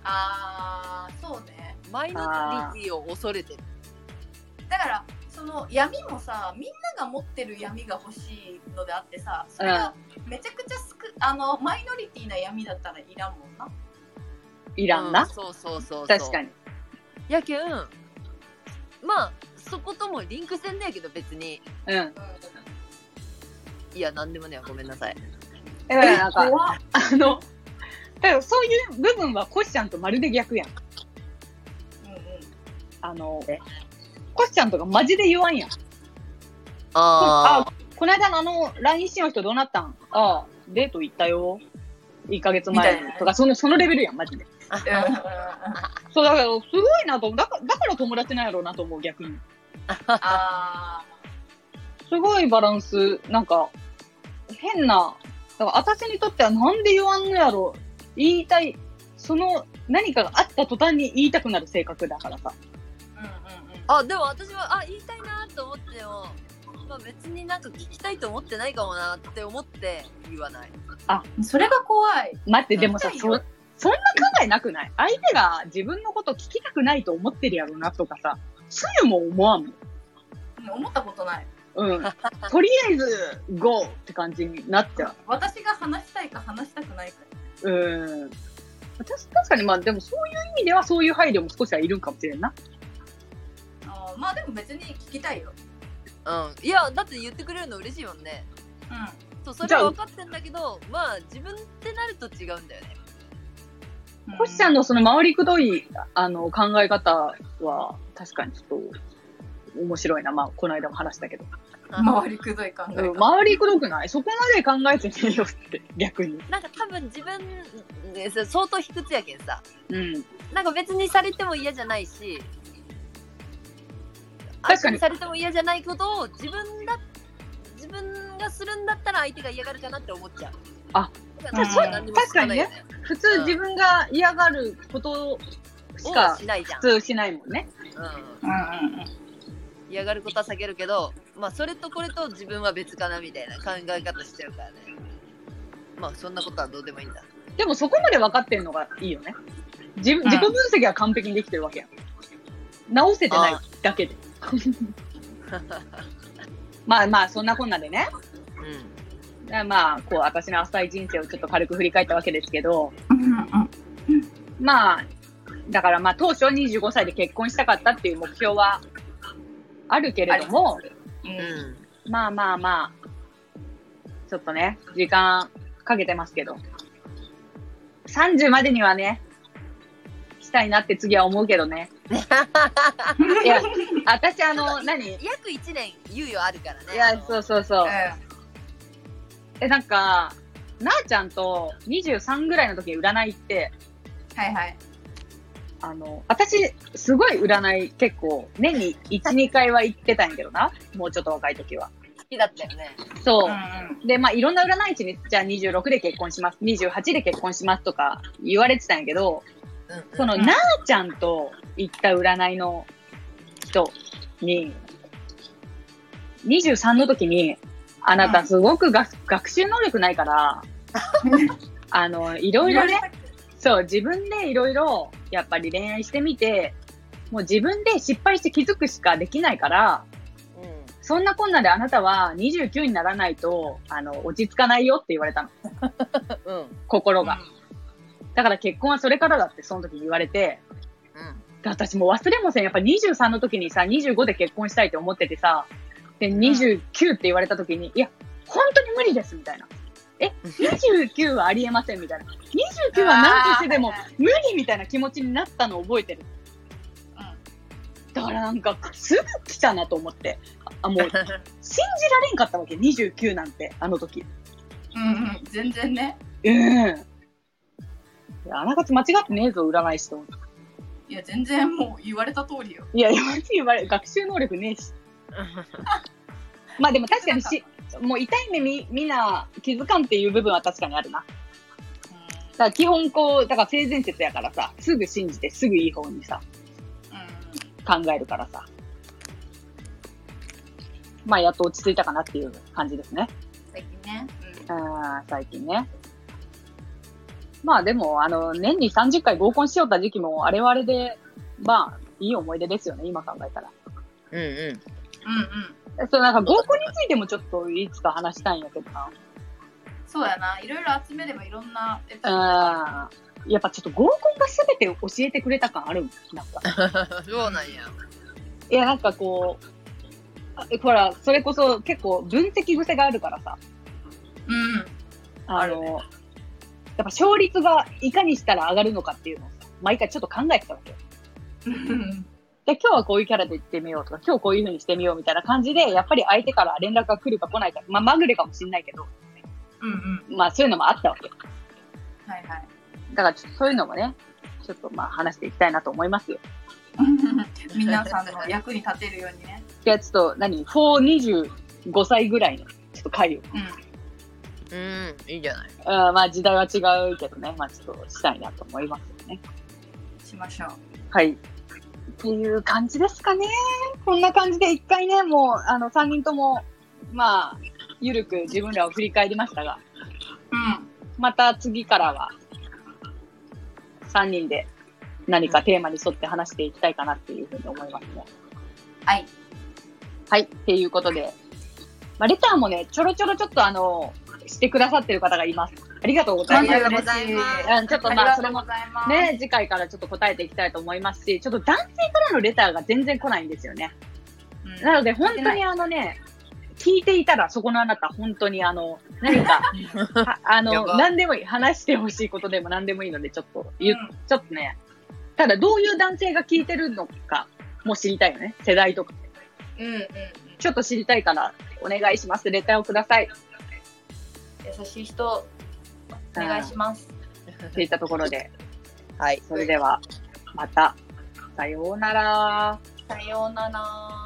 [SPEAKER 4] ああそうね
[SPEAKER 2] マイノリティを恐れてる。
[SPEAKER 4] だからその闇もさみんなが持ってる闇が欲しいのであってさそれがめちゃくちゃすくあのマイノリティな闇だったらいらんもんな
[SPEAKER 1] い
[SPEAKER 2] い
[SPEAKER 1] らんな。
[SPEAKER 2] そうそうそうそう。
[SPEAKER 1] 確かに。
[SPEAKER 2] やけん、まあ、そこともリンクせんねやけど、別に。
[SPEAKER 1] うん。
[SPEAKER 2] いや、なんでもねえわごめんなさい。
[SPEAKER 1] だからなんか、
[SPEAKER 4] 怖っ
[SPEAKER 1] あの、だからそういう部分はコシちゃんとまるで逆やん。
[SPEAKER 4] うんうん
[SPEAKER 1] あの、コシちゃんとかマジで言わんやん。
[SPEAKER 2] あ
[SPEAKER 1] あこの間のあの、LINE しての人どうなったんああ、デート行ったよ。1ヶ月前
[SPEAKER 4] みたいな
[SPEAKER 1] とか、その、そのレベルやん、マジで。
[SPEAKER 4] あ
[SPEAKER 1] そう、だから、すごいなと思う。だから、だから友達なんやろうなと思う、逆に。
[SPEAKER 4] あ
[SPEAKER 1] すごいバランス、なんか、変な、だから私にとってはなんで言わんのやろ、言いたい、その何かがあった途端に言いたくなる性格だからさ。
[SPEAKER 4] うんうんうん
[SPEAKER 2] あ。あ、でも私は、あ、言いたいなと思っても、まあ別になんか聞きたいと思ってないかもなって思って言わない。
[SPEAKER 4] それが怖い。
[SPEAKER 1] 待って、でもさ、
[SPEAKER 4] 聞き
[SPEAKER 1] そ
[SPEAKER 4] たいよ
[SPEAKER 1] そんな考えなくない相手が自分のこと聞きたくないと思ってるやろなとかさ、つゆも思わんもん。
[SPEAKER 4] 思ったことない。
[SPEAKER 1] うん。とりあえず、ゴーって感じになっちゃ
[SPEAKER 4] 私が話したいか話したくないか。
[SPEAKER 1] う。うん。私、確かにまあ、でもそういう意味ではそういう配慮も少しはいるんかもしれんな。
[SPEAKER 4] あーまあでも別に聞きたいよ。
[SPEAKER 2] うん。いや、だって言ってくれるの嬉しいもんね。
[SPEAKER 4] う
[SPEAKER 2] そう、そ
[SPEAKER 1] じ
[SPEAKER 2] れ
[SPEAKER 1] ゃあ
[SPEAKER 2] は分かってんだけど、まあ自分ってなると違うんだよね。
[SPEAKER 4] ん。
[SPEAKER 1] コシちゃんのその回りくどい、あの、考え方は、確かにちょっと、面白いな。まあ、この間も話したけど。
[SPEAKER 4] 回りくどい考え
[SPEAKER 1] うん、
[SPEAKER 4] 方。
[SPEAKER 1] 回りくどくないそこまで考えてねえよって、逆に。
[SPEAKER 2] なんか多分自分、ね、そ相当卑屈やけんさ。
[SPEAKER 1] うん。
[SPEAKER 2] なんか別にされても嫌じゃないし、
[SPEAKER 1] 確かに
[SPEAKER 2] 相手されても嫌じゃないことを自分だ自分がするんだったら相手が嫌がるかなって思っちゃう。
[SPEAKER 1] あ、
[SPEAKER 4] たそう
[SPEAKER 1] 確かにね。普通自分が嫌がることし
[SPEAKER 2] し
[SPEAKER 1] か
[SPEAKER 2] かしないじゃん、
[SPEAKER 1] 普通しないもんね。
[SPEAKER 2] う
[SPEAKER 4] うんうんうん。
[SPEAKER 2] ん。嫌がることは避けるけど、まあそれとこれと自分は別かなみたいな考え方しちゃうからね。まあそんなことはどうでもいいんだ。
[SPEAKER 1] でもそこまで分かってんのがいいよね。自分自己分析は完璧にできてるわけやん。直せてないだけで。 まあまあ、そんなこんなでね。
[SPEAKER 2] うん。
[SPEAKER 1] まあ、こう、私の浅い人生をちょっと軽く振り返ったわけですけど、
[SPEAKER 4] うんうん
[SPEAKER 1] まあ、だからまあ当初25歳で結婚したかったっていう目標はあるけれども、
[SPEAKER 2] うん。
[SPEAKER 1] まあまあまあ、ちょっとね、時間かけてますけど、30までにはね、したいなって次は思うけどね。いや、私あの、何い
[SPEAKER 2] 約1年猶予あるからね。。
[SPEAKER 1] や、そううそうそう。
[SPEAKER 4] う
[SPEAKER 1] え、なんか、なあちゃんと23ぐらいの時に占い行って、
[SPEAKER 4] ん。はいはい。
[SPEAKER 1] あの、私、すごい占い結構、年に1、2回は行ってたんやけどな。もうちょっと若い時は。
[SPEAKER 2] 好きだったよね。
[SPEAKER 1] そう。
[SPEAKER 4] うん
[SPEAKER 1] で、まあ、いろんな占い師に、じゃあ26で結婚します、28で結婚しますとか言われてたんやけど、
[SPEAKER 2] うん。
[SPEAKER 1] その、
[SPEAKER 4] うん
[SPEAKER 1] なあちゃんと行った占いの人に、23の時に、あなたすごくが、学習能力ない から、あの、いろいろね、そう、自分でいろいろ、やっぱり恋愛してみて、もう自分で失敗して気づくしかできないから、
[SPEAKER 2] うん。
[SPEAKER 1] そんなこんなであなたは29にならないと、あの、落ち着かないよって言われたの。
[SPEAKER 2] うん。うん。
[SPEAKER 1] 心が。だから結婚はそれからだって、その時に言われて。で私もう忘れもせん。やっぱ23の時にさ、25で結婚したいって思っててさ、で、29って言われた時に、いや、本当に無理ですみたいな。え、29はありえませんみたいな。29は何としてでも無理みたいな気持ちになったのを覚えてる。だからなんか、すぐ来たなと思って。あ、 もう、信じられんかったわけ、29なんて、あの時。
[SPEAKER 4] うんうん。全然ね。
[SPEAKER 1] うん。あながち間違ってねえぞ、占い師と思って。
[SPEAKER 4] いや、全然もう言われた通りよ。
[SPEAKER 1] いや、 マジ言われ、学習能力ねえし。まあでも確かにし、もう痛い目み、みんな気づかんっていう部分は確かにあるな。だから基本こう、だから性善説やからさ、すぐ信じてすぐいい方にさ、
[SPEAKER 4] うん。
[SPEAKER 1] 考えるからさ。まあやっと落ち着いたかなっていう感じですね。
[SPEAKER 4] 最近ね。うん
[SPEAKER 1] うん、最近ね。まあでも、あの、年に30回合コンしよった時期も、あれはあれで、まあ、いい思い出ですよね、今考えたら。
[SPEAKER 2] うんうん。
[SPEAKER 4] うん
[SPEAKER 1] そう、なんか合コンについてもちょっといつか話したいんやけどな。
[SPEAKER 4] うん。そうやな。いろいろ集めればいろんなエピソードが
[SPEAKER 1] あーやっぱちょっと合コンが全てを教えてくれた感あるなんか。
[SPEAKER 2] そうなんや。
[SPEAKER 1] いや、なんかこう、あほら、それこそ結構分析癖があるからさ、
[SPEAKER 4] うんうん。
[SPEAKER 1] あ
[SPEAKER 2] ある
[SPEAKER 1] の、
[SPEAKER 2] ね
[SPEAKER 1] やっぱ勝率がいかにしたら上がるのかっていうのをさ、毎回ちょっと考えてたわけよ。
[SPEAKER 4] うん
[SPEAKER 1] で、今日はこういうキャラで行ってみようとか、今日こういう風にしてみようみたいな感じで、やっぱり相手から連絡が来るか来ないか、まあ、まぐれかもしんないけど、
[SPEAKER 4] うん。
[SPEAKER 1] まあそういうのもあったわけ。
[SPEAKER 4] はいはい。
[SPEAKER 1] だからちょっとそういうのもね、ちょっとまあ話していきたいなと思いますよ。
[SPEAKER 4] 皆さんの役に立てるようにね。
[SPEAKER 1] いや、ちょっと何 ?425 歳ぐらいの、ちょっと回を。
[SPEAKER 2] うん。いいじゃない。
[SPEAKER 1] うん、まあ時代は違うけどね、まあちょっとしたいなと思いますよね。
[SPEAKER 4] うん。しましょう。
[SPEAKER 1] はい。っていう感じですかね。こんな感じで一回ね、もう、あの、3人とも、まあ、ゆるく自分らを振り返りましたが、
[SPEAKER 4] う
[SPEAKER 1] また次からは、3人で何かテーマに沿って話していきたいかなっていうふうに思いますね。
[SPEAKER 4] ん。はい。
[SPEAKER 1] はい。っていうことで、まあ、レターもね、ちょろちょろちょっとあの、してくださってる方がいます。ありがとうございます。
[SPEAKER 2] がとうございます
[SPEAKER 1] うん、ちょっとまあ、それも
[SPEAKER 4] ざいま
[SPEAKER 1] ね、次回からちょっと答えていきたいと思いますし、ちょっと男性からのレターが全然来ないんですよね。
[SPEAKER 4] うん
[SPEAKER 1] なので、本当にあのね、聞いていたら、そこのあなた、本当にあの、何か、はあ
[SPEAKER 2] や
[SPEAKER 1] の、
[SPEAKER 2] ば
[SPEAKER 1] 何でもいい、話してほしいことでも何でもいいので、ちょっと、ゆ
[SPEAKER 4] うん
[SPEAKER 1] ちょっとね、ただ、どういう男性が聞いてるのかも知りたいよね。世代とか。
[SPEAKER 4] うんうんうん。
[SPEAKER 1] ちょっと知りたいから、お願いします。レターをください。
[SPEAKER 4] 優しい人、お願いします。
[SPEAKER 1] っていったところで、
[SPEAKER 2] はい。
[SPEAKER 1] それでは、また、さようなら。
[SPEAKER 4] さようなら。